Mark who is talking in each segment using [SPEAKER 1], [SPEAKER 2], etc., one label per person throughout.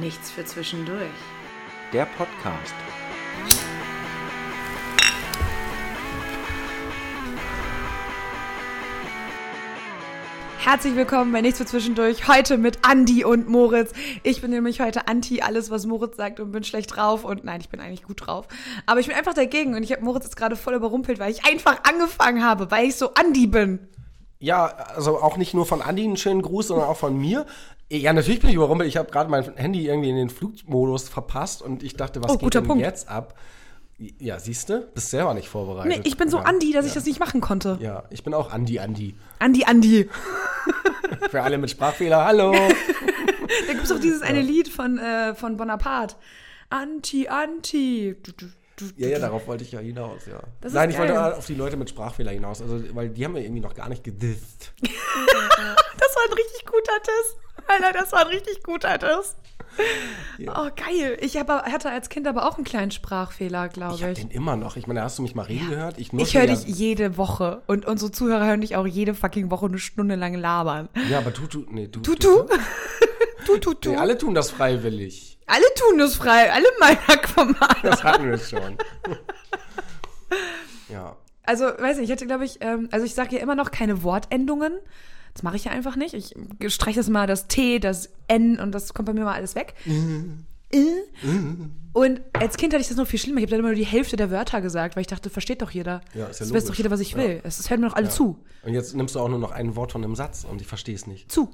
[SPEAKER 1] Nichts für zwischendurch.
[SPEAKER 2] Der Podcast.
[SPEAKER 3] Herzlich willkommen bei Nichts für Zwischendurch. Heute mit Andi und Moritz. Ich bin nämlich heute anti alles, was Moritz sagt und bin schlecht drauf. Und nein, ich bin eigentlich gut drauf. Aber ich bin einfach dagegen und ich habe Moritz jetzt gerade voll überrumpelt, weil ich einfach angefangen habe, weil ich so Andi bin.
[SPEAKER 4] Ja, also auch nicht nur von Andi einen schönen Gruß, sondern auch von mir. Ja, natürlich bin ich überrumpelt. Ich habe gerade mein Handy irgendwie in den Flugmodus verpasst und ich dachte, was
[SPEAKER 3] Oh,
[SPEAKER 4] geht
[SPEAKER 3] guter
[SPEAKER 4] denn
[SPEAKER 3] Punkt.
[SPEAKER 4] jetzt ab? Ja, siehst du, bist selber nicht vorbereitet.
[SPEAKER 3] Nee, ich bin so
[SPEAKER 4] Also, ja.
[SPEAKER 3] Andi, dass
[SPEAKER 4] ja.
[SPEAKER 3] ich das nicht machen konnte.
[SPEAKER 4] Ja, ich bin auch Andi Andi.
[SPEAKER 3] Andi, Andi.
[SPEAKER 4] Für alle mit Sprachfehler, hallo.
[SPEAKER 3] Da gibt es auch dieses eine Lied von, äh, von Bonaparte. Anti, Anti. Du, du, du, du.
[SPEAKER 4] Ja, ja, darauf wollte ich ja hinaus, ja.
[SPEAKER 3] Das ist
[SPEAKER 4] Nein, ich
[SPEAKER 3] geil.
[SPEAKER 4] wollte auf die Leute mit Sprachfehler hinaus, also weil die haben wir irgendwie noch gar nicht gedisst.
[SPEAKER 3] Das war ein richtig guter Test. Alter, das war ein richtig guter Test. Oh, geil. Ich hab, aber- hatte als Kind aber auch einen kleinen Sprachfehler,
[SPEAKER 4] Ich
[SPEAKER 3] glaube
[SPEAKER 4] hab
[SPEAKER 3] ich.
[SPEAKER 4] den immer noch. Ich meine, hast du mich mal reden gehört?
[SPEAKER 3] Ich
[SPEAKER 4] nuschel
[SPEAKER 3] höre
[SPEAKER 4] ja-
[SPEAKER 3] dich jede Woche und unsere Zuhörer hören dich auch jede fucking Woche eine Stunde lang labern.
[SPEAKER 4] Ja, aber Tutu, nee, du,
[SPEAKER 3] Tutu. Tu, tu, tu.
[SPEAKER 4] Nee, Mhm. alle tun das freiwillig.
[SPEAKER 3] Alle tun das frei, alle meiner Kommande.
[SPEAKER 4] Das hatten wir schon. ja.
[SPEAKER 3] Also, weiß nicht, ich hätte, glaube ich, ähm, also ich sage ja immer noch keine Wortendungen. Das mache ich ja einfach nicht. Ich streiche das mal, das T, das N und das kommt bei mir mal alles weg. Äh. Und als Kind hatte ich das noch viel schlimmer. Ich habe dann immer nur die Hälfte der Wörter gesagt, weil ich dachte, versteht doch jeder.
[SPEAKER 4] Ja, ist ja
[SPEAKER 3] das weiß doch
[SPEAKER 4] logisch.
[SPEAKER 3] jeder, was ich
[SPEAKER 4] Ja.
[SPEAKER 3] will. Es das hören mir doch alle
[SPEAKER 4] Ja.
[SPEAKER 3] zu.
[SPEAKER 4] Und jetzt nimmst du auch nur noch ein Wort von einem Satz und ich verstehe es nicht.
[SPEAKER 3] Zu.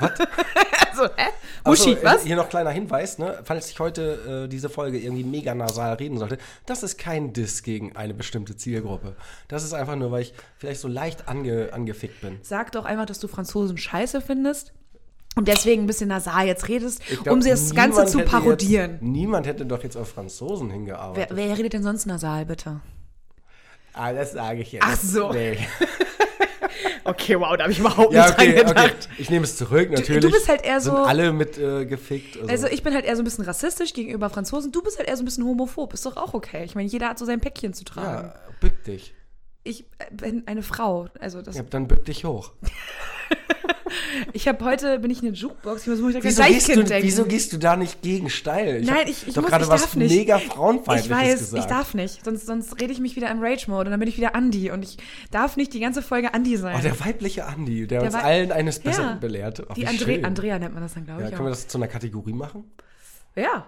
[SPEAKER 3] Was? also, hä? Muschi,
[SPEAKER 4] Ach so, äh,
[SPEAKER 3] was?
[SPEAKER 4] Hier noch kleiner Hinweis, ne? Falls ich heute äh, diese Folge irgendwie mega nasal reden sollte, das ist kein Diss gegen eine bestimmte Zielgruppe. Das ist einfach nur, weil ich vielleicht so leicht ange angefickt bin.
[SPEAKER 3] Sag doch einfach, dass du Franzosen scheiße findest und deswegen ein bisschen nasal jetzt redest,
[SPEAKER 4] Ich glaub,
[SPEAKER 3] um sie das Ganze
[SPEAKER 4] niemand
[SPEAKER 3] zu
[SPEAKER 4] hätte
[SPEAKER 3] parodieren.
[SPEAKER 4] Jetzt, niemand hätte doch jetzt auf Franzosen
[SPEAKER 3] Wer,
[SPEAKER 4] hingearbeitet.
[SPEAKER 3] wer redet denn sonst nasal, bitte?
[SPEAKER 4] ah, das sage ich jetzt.
[SPEAKER 3] Ach so.
[SPEAKER 4] Nee.
[SPEAKER 3] Okay, wow, da habe ich überhaupt
[SPEAKER 4] Ja, okay, okay. Ich nehme es zurück, natürlich.
[SPEAKER 3] bist halt eher so-
[SPEAKER 4] Sind alle mit äh, gefickt. Also,
[SPEAKER 3] Also ich bin halt eher so ein bisschen rassistisch gegenüber Franzosen. Du bist halt eher so ein bisschen homophob. Ist doch auch okay. Ich meine, jeder hat so sein Päckchen zu tragen.
[SPEAKER 4] ja, bück dich.
[SPEAKER 3] Ich äh, bin eine Frau. Also das,
[SPEAKER 4] Ja, dann bück dich hoch.
[SPEAKER 3] ich habe heute bin ich eine Jukebox. Ich muss mich
[SPEAKER 4] Wieso gehst, du, wieso gehst du da nicht gegen steil? Ich
[SPEAKER 3] Nein,
[SPEAKER 4] hab
[SPEAKER 3] ich, ich
[SPEAKER 4] doch
[SPEAKER 3] muss,
[SPEAKER 4] gerade
[SPEAKER 3] ich
[SPEAKER 4] was
[SPEAKER 3] darf nicht.
[SPEAKER 4] mega frauenfeindliches
[SPEAKER 3] Ich weiß,
[SPEAKER 4] gesagt.
[SPEAKER 3] ich darf nicht. Sonst, sonst rede ich mich wieder im Rage-Mode und dann bin ich wieder Andi und ich darf nicht die ganze Folge Andi sein.
[SPEAKER 4] Oh, der weibliche Andi, der, uns
[SPEAKER 3] wei-
[SPEAKER 4] allen eines Besseren
[SPEAKER 3] Ja.
[SPEAKER 4] belehrt. Oh,
[SPEAKER 3] die
[SPEAKER 4] wie
[SPEAKER 3] Andre
[SPEAKER 4] schön.
[SPEAKER 3] Andrea nennt man das dann, glaube
[SPEAKER 4] Ja,
[SPEAKER 3] ich
[SPEAKER 4] können wir
[SPEAKER 3] auch.
[SPEAKER 4] das zu einer Kategorie machen?
[SPEAKER 3] Ja.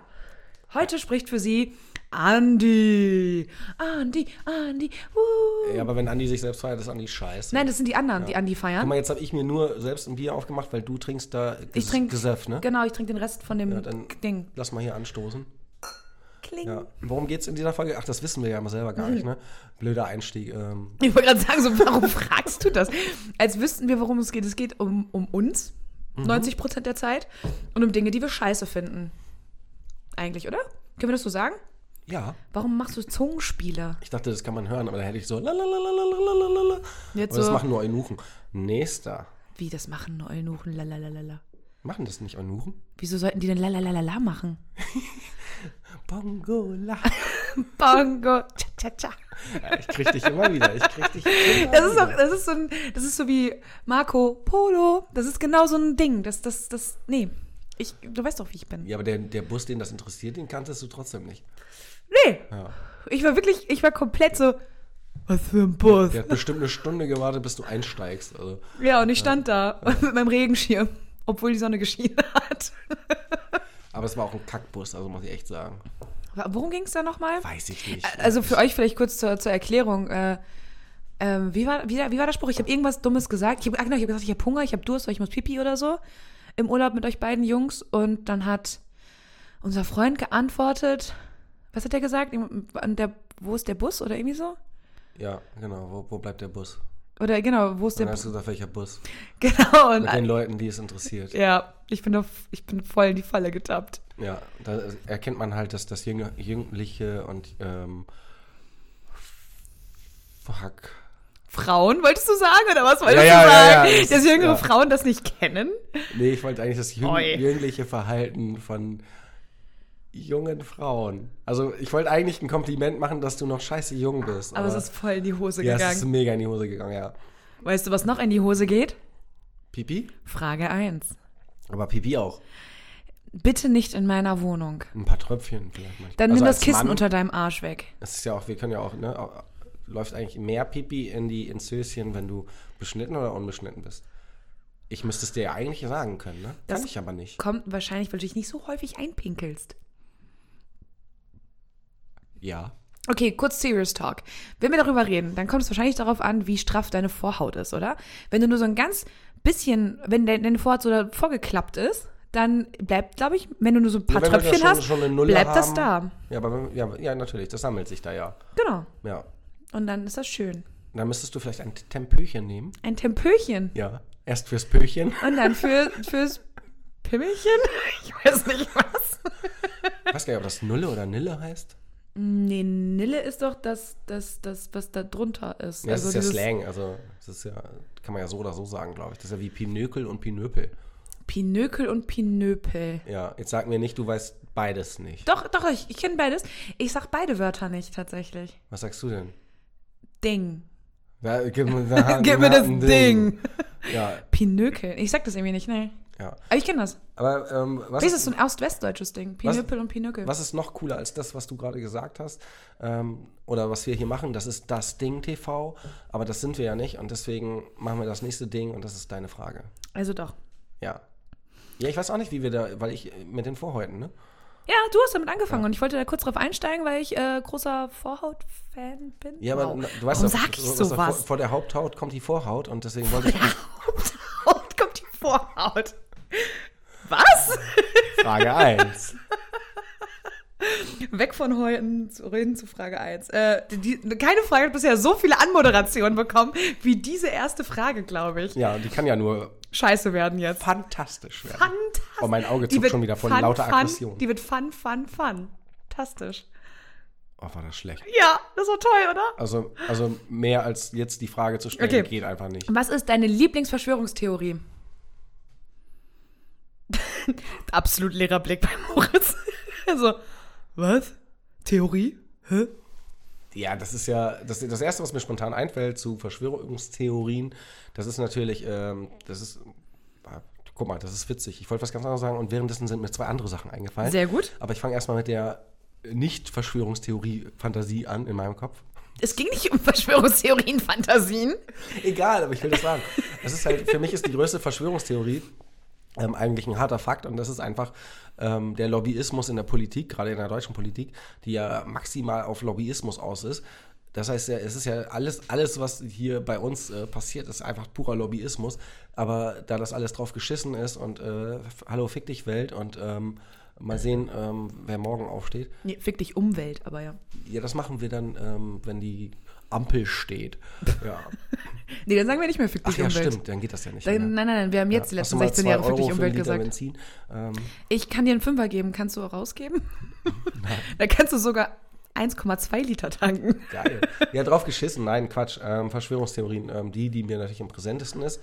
[SPEAKER 3] Heute spricht für sie Andi. Andi, Andi. Uh.
[SPEAKER 4] Ja, aber wenn Andi sich selbst feiert, ist Andi scheiße.
[SPEAKER 3] Nein, das sind die anderen, die Andi
[SPEAKER 4] Guck
[SPEAKER 3] feiern.
[SPEAKER 4] mal, jetzt habe ich mir nur selbst ein Bier aufgemacht, weil du trinkst da Ges
[SPEAKER 3] Ich trinke.
[SPEAKER 4] Gesöff, ne?
[SPEAKER 3] Genau, ich trinke den Rest von dem
[SPEAKER 4] Ja, dann
[SPEAKER 3] Ding.
[SPEAKER 4] lass mal hier anstoßen.
[SPEAKER 3] Kling.
[SPEAKER 4] Ja. Worum geht's in dieser Folge? Ach, das wissen wir ja mal selber
[SPEAKER 3] Mhm.
[SPEAKER 4] gar nicht, ne? Blöder Einstieg. Ähm,
[SPEAKER 3] Ich wollte gerade sagen, so, warum fragst du das? Als wüssten wir, worum es geht. Es geht um, um uns,
[SPEAKER 4] Mhm.
[SPEAKER 3] 90 Prozent der Zeit, und um Dinge, die wir scheiße finden. Eigentlich, oder? Können wir das so sagen?
[SPEAKER 4] ja.
[SPEAKER 3] Warum machst du Zungenspiele?
[SPEAKER 4] Ich dachte, das kann man hören, aber dann hätte ich so. Lalalalalalala.
[SPEAKER 3] Jetzt
[SPEAKER 4] aber das
[SPEAKER 3] so-
[SPEAKER 4] machen nur Eunuchen. Nächster.
[SPEAKER 3] Wie, das machen Eunuchen lalalala.
[SPEAKER 4] Machen das nicht Eunuchen?
[SPEAKER 3] Wieso sollten die denn lalalala machen?
[SPEAKER 4] Bongola.
[SPEAKER 3] Bongo, cha cha cha.
[SPEAKER 4] Ja, ich krieg dich immer wieder. Ich krieg dich immer
[SPEAKER 3] Das ist,
[SPEAKER 4] wieder.
[SPEAKER 3] auch, das, ist so ein, das ist so wie Marco Polo. Das ist genau so ein Ding. Das, das, das, nee. Ich, du weißt doch, wie ich bin.
[SPEAKER 4] Ja, aber der, der Bus, den das interessiert, den kanntest du trotzdem nicht.
[SPEAKER 3] Nee. Ich war wirklich, ich war komplett so, was für ein Bus.
[SPEAKER 4] Der
[SPEAKER 3] Ja,
[SPEAKER 4] hat bestimmt eine Stunde gewartet, bis du einsteigst. Also,
[SPEAKER 3] und ich stand da mit meinem Regenschirm, obwohl die Sonne geschienen hat.
[SPEAKER 4] aber es war auch ein Kackbus, also muss ich echt sagen.
[SPEAKER 3] Aber Worum ging es da nochmal?
[SPEAKER 4] Weiß ich nicht.
[SPEAKER 3] Also für euch vielleicht kurz zur, zur Erklärung. Äh, ähm, wie, war, wie, wie war der Spruch? Ich habe irgendwas Dummes gesagt. Ich habe ah, genau, ich hab gesagt, ich habe Hunger, ich habe Durst, weil ich muss Pipi oder so. Im Urlaub mit euch beiden Jungs. Und dann hat unser Freund geantwortet. Was hat er gesagt? Irgend- an Der, wo ist der Bus oder irgendwie so?
[SPEAKER 4] Ja, genau. Wo, wo bleibt der Bus?
[SPEAKER 3] Oder genau, wo ist der
[SPEAKER 4] Dann
[SPEAKER 3] Bus?
[SPEAKER 4] hast du gesagt, welcher Bus?
[SPEAKER 3] Genau. Und
[SPEAKER 4] Mit den Leuten, die es interessiert.
[SPEAKER 3] Ja, ich bin, auf, ich bin voll in die Falle getappt.
[SPEAKER 4] Ja, da erkennt man halt, dass das Jüng- Jüngliche und ähm, fuck.
[SPEAKER 3] Frauen, wolltest du sagen, oder was wolltest
[SPEAKER 4] Ja,
[SPEAKER 3] du
[SPEAKER 4] ja, ja,
[SPEAKER 3] sagen?
[SPEAKER 4] ja, das
[SPEAKER 3] Dass
[SPEAKER 4] ist-
[SPEAKER 3] jüngere
[SPEAKER 4] ja.
[SPEAKER 3] Frauen das nicht kennen?
[SPEAKER 4] Nee, ich wollte eigentlich das jüng
[SPEAKER 3] Oi.
[SPEAKER 4] jüngliche Verhalten von jungen Frauen. Also ich wollte eigentlich ein Kompliment machen, dass du noch scheiße jung bist.
[SPEAKER 3] Aber es ist voll in die Hose
[SPEAKER 4] ja, es ist
[SPEAKER 3] gegangen.
[SPEAKER 4] mega in die Hose gegangen, ja.
[SPEAKER 3] Weißt du, was noch in die Hose geht?
[SPEAKER 4] Pipi?
[SPEAKER 3] Frage 1.
[SPEAKER 4] Aber Pipi auch.
[SPEAKER 3] bitte nicht in meiner Wohnung.
[SPEAKER 4] Ein paar Tröpfchen vielleicht manchmal.
[SPEAKER 3] Dann
[SPEAKER 4] Also
[SPEAKER 3] nimm das
[SPEAKER 4] als
[SPEAKER 3] Kissen
[SPEAKER 4] Mann-
[SPEAKER 3] unter deinem Arsch weg.
[SPEAKER 4] Es ist ja auch, wir können ja auch, ne, au- läuft eigentlich mehr Pipi in die ins Höschen, wenn du beschnitten oder unbeschnitten bist. Ich müsste es dir ja eigentlich sagen können, ne?
[SPEAKER 3] Das-
[SPEAKER 4] Kann ich aber nicht.
[SPEAKER 3] Kommt wahrscheinlich, weil du dich nicht so häufig einpinkelst.
[SPEAKER 4] Ja.
[SPEAKER 3] Okay, kurz Serious Talk. Wenn wir darüber reden, dann kommt es wahrscheinlich darauf an, wie straff deine Vorhaut ist, oder? Wenn du nur so ein ganz bisschen, wenn de- deine Vorhaut so da vorgeklappt ist, dann bleibt, glaube ich, wenn du nur so ein paar
[SPEAKER 4] Wenn wir da
[SPEAKER 3] Tröpfchen
[SPEAKER 4] schon-
[SPEAKER 3] hast,
[SPEAKER 4] schon eine Nulle
[SPEAKER 3] bleibt das da.
[SPEAKER 4] haben- Ja, aber wenn, ja, ja, natürlich, das sammelt sich da ja.
[SPEAKER 3] Genau.
[SPEAKER 4] Ja.
[SPEAKER 3] Und dann ist das schön.
[SPEAKER 4] Dann müsstest du vielleicht ein Tempöchen nehmen.
[SPEAKER 3] Ein Tempöchen.
[SPEAKER 4] Ja. Erst fürs Pöchen.
[SPEAKER 3] Und dann für, fürs Pimmelchen? Ich weiß nicht was.
[SPEAKER 4] Ich weiß gar nicht, ob das Nulle oder Nille heißt.
[SPEAKER 3] Nee, Nille ist doch das, das, das was da drunter ist.
[SPEAKER 4] Ja, das ist ja
[SPEAKER 3] dieses
[SPEAKER 4] Slang, also das ist ja, kann man ja so oder so sagen, glaube ich. Das ist ja wie Pinökel und Pinöpel.
[SPEAKER 3] Pinökel und Pinöpel.
[SPEAKER 4] Ja, jetzt sag mir nicht, du weißt beides nicht.
[SPEAKER 3] Doch, doch, ich, ich kenne beides. Ich sag beide Wörter nicht tatsächlich.
[SPEAKER 4] Was sagst du denn?
[SPEAKER 3] Ding.
[SPEAKER 4] Na, gib, mir- na,
[SPEAKER 3] Gib mir
[SPEAKER 4] na,
[SPEAKER 3] das
[SPEAKER 4] ein
[SPEAKER 3] Ding.
[SPEAKER 4] Ja,
[SPEAKER 3] Pinökel. Ich sag das irgendwie nicht, ne?
[SPEAKER 4] ja.
[SPEAKER 3] Aber ich kenne das.
[SPEAKER 4] Aber ähm,
[SPEAKER 3] Was
[SPEAKER 4] was,
[SPEAKER 3] ist das so ein ost-westdeutsches Ding? Pinöpel und Pinökel.
[SPEAKER 4] was ist noch cooler als das, was du gerade gesagt hast? Ähm, oder was wir hier machen, das ist das Ding TV, aber das sind wir ja nicht und deswegen machen wir das nächste Ding und das ist deine Frage.
[SPEAKER 3] Also doch.
[SPEAKER 4] Ja. Ja, ich weiß auch nicht, wie wir da, weil ich äh, mit den Vorhäuten, ne?
[SPEAKER 3] Ja, du hast damit angefangen und ich wollte da kurz drauf einsteigen, weil ich äh, großer Vorhaut-Fan bin.
[SPEAKER 4] Ja, aber
[SPEAKER 3] Wow.
[SPEAKER 4] na, du weißt
[SPEAKER 3] Warum
[SPEAKER 4] doch,
[SPEAKER 3] sag ich
[SPEAKER 4] du weißt doch,
[SPEAKER 3] sowas?
[SPEAKER 4] Vor, vor der Haupthaut kommt die Vorhaut und deswegen wollte ich
[SPEAKER 3] Ja, Haupthaut kommt die Vorhaut. Was?
[SPEAKER 4] Frage 1.
[SPEAKER 3] Weg von heute zu reden zu Frage 1. Äh, die, die, keine Frage hat bisher so viele Anmoderationen bekommen wie diese erste Frage, glaube ich.
[SPEAKER 4] Ja, und die kann ja nur
[SPEAKER 3] Scheiße werden jetzt.
[SPEAKER 4] fantastisch werden.
[SPEAKER 3] Fantastisch.
[SPEAKER 4] Oh, mein Auge zuckt schon wieder vor lauter Aggression.
[SPEAKER 3] Fun, die wird fun, fun, fun. Fantastisch.
[SPEAKER 4] Oh, war das schlecht.
[SPEAKER 3] Ja, das war toll, oder?
[SPEAKER 4] Also, also mehr als jetzt die Frage zu stellen,
[SPEAKER 3] Okay.
[SPEAKER 4] geht einfach nicht.
[SPEAKER 3] Was ist deine Lieblingsverschwörungstheorie? Absolut leerer Blick bei Moritz. also, was? Theorie? Hä?
[SPEAKER 4] Ja, das ist ja das, das Erste, was mir spontan einfällt zu Verschwörungstheorien. Das ist natürlich, ähm, das ist, ah, guck mal, das ist witzig. Ich wollte was ganz anderes sagen und währenddessen sind mir zwei andere Sachen eingefallen.
[SPEAKER 3] Sehr gut.
[SPEAKER 4] Aber ich fange erstmal mit der Nicht-Verschwörungstheorie-Fantasie an in meinem Kopf.
[SPEAKER 3] Es ging nicht um Verschwörungstheorien, Fantasien.
[SPEAKER 4] Egal, aber ich will das sagen. Es ist halt, für mich ist die größte Verschwörungstheorie ähm, eigentlich ein harter Fakt und das ist einfach ähm, der Lobbyismus in der Politik, gerade in der deutschen Politik, die ja maximal auf Lobbyismus aus ist. Das heißt ja, es ist ja alles, alles, was hier bei uns äh, passiert, ist einfach purer Lobbyismus. Aber da das alles drauf geschissen ist und äh, f- hallo, fick dich Welt und ähm, mal sehen, ähm, wer morgen aufsteht.
[SPEAKER 3] Nee, fick dich Umwelt, aber ja.
[SPEAKER 4] Ja, das machen wir dann, ähm, wenn die Ampel steht. Ja.
[SPEAKER 3] Nee, dann sagen wir nicht mehr fick dich
[SPEAKER 4] Ach ja,
[SPEAKER 3] Umwelt.
[SPEAKER 4] stimmt, dann geht das ja nicht mehr.
[SPEAKER 3] Dann, nein, nein, nein, wir haben jetzt die
[SPEAKER 4] Ja, hast
[SPEAKER 3] letzten
[SPEAKER 4] du mal
[SPEAKER 3] 16
[SPEAKER 4] zwei
[SPEAKER 3] Jahre fick
[SPEAKER 4] Euro
[SPEAKER 3] dich
[SPEAKER 4] für einen
[SPEAKER 3] Umwelt
[SPEAKER 4] Liter
[SPEAKER 3] gesagt.
[SPEAKER 4] Benzin? Ähm,
[SPEAKER 3] Ich kann dir einen Fünfer geben, kannst du rausgeben? da kannst du sogar 1,2 Liter tanken.
[SPEAKER 4] geil. ja, drauf geschissen. Nein, Quatsch. Ähm, Verschwörungstheorien. Ähm, die, die mir natürlich am präsentesten ist.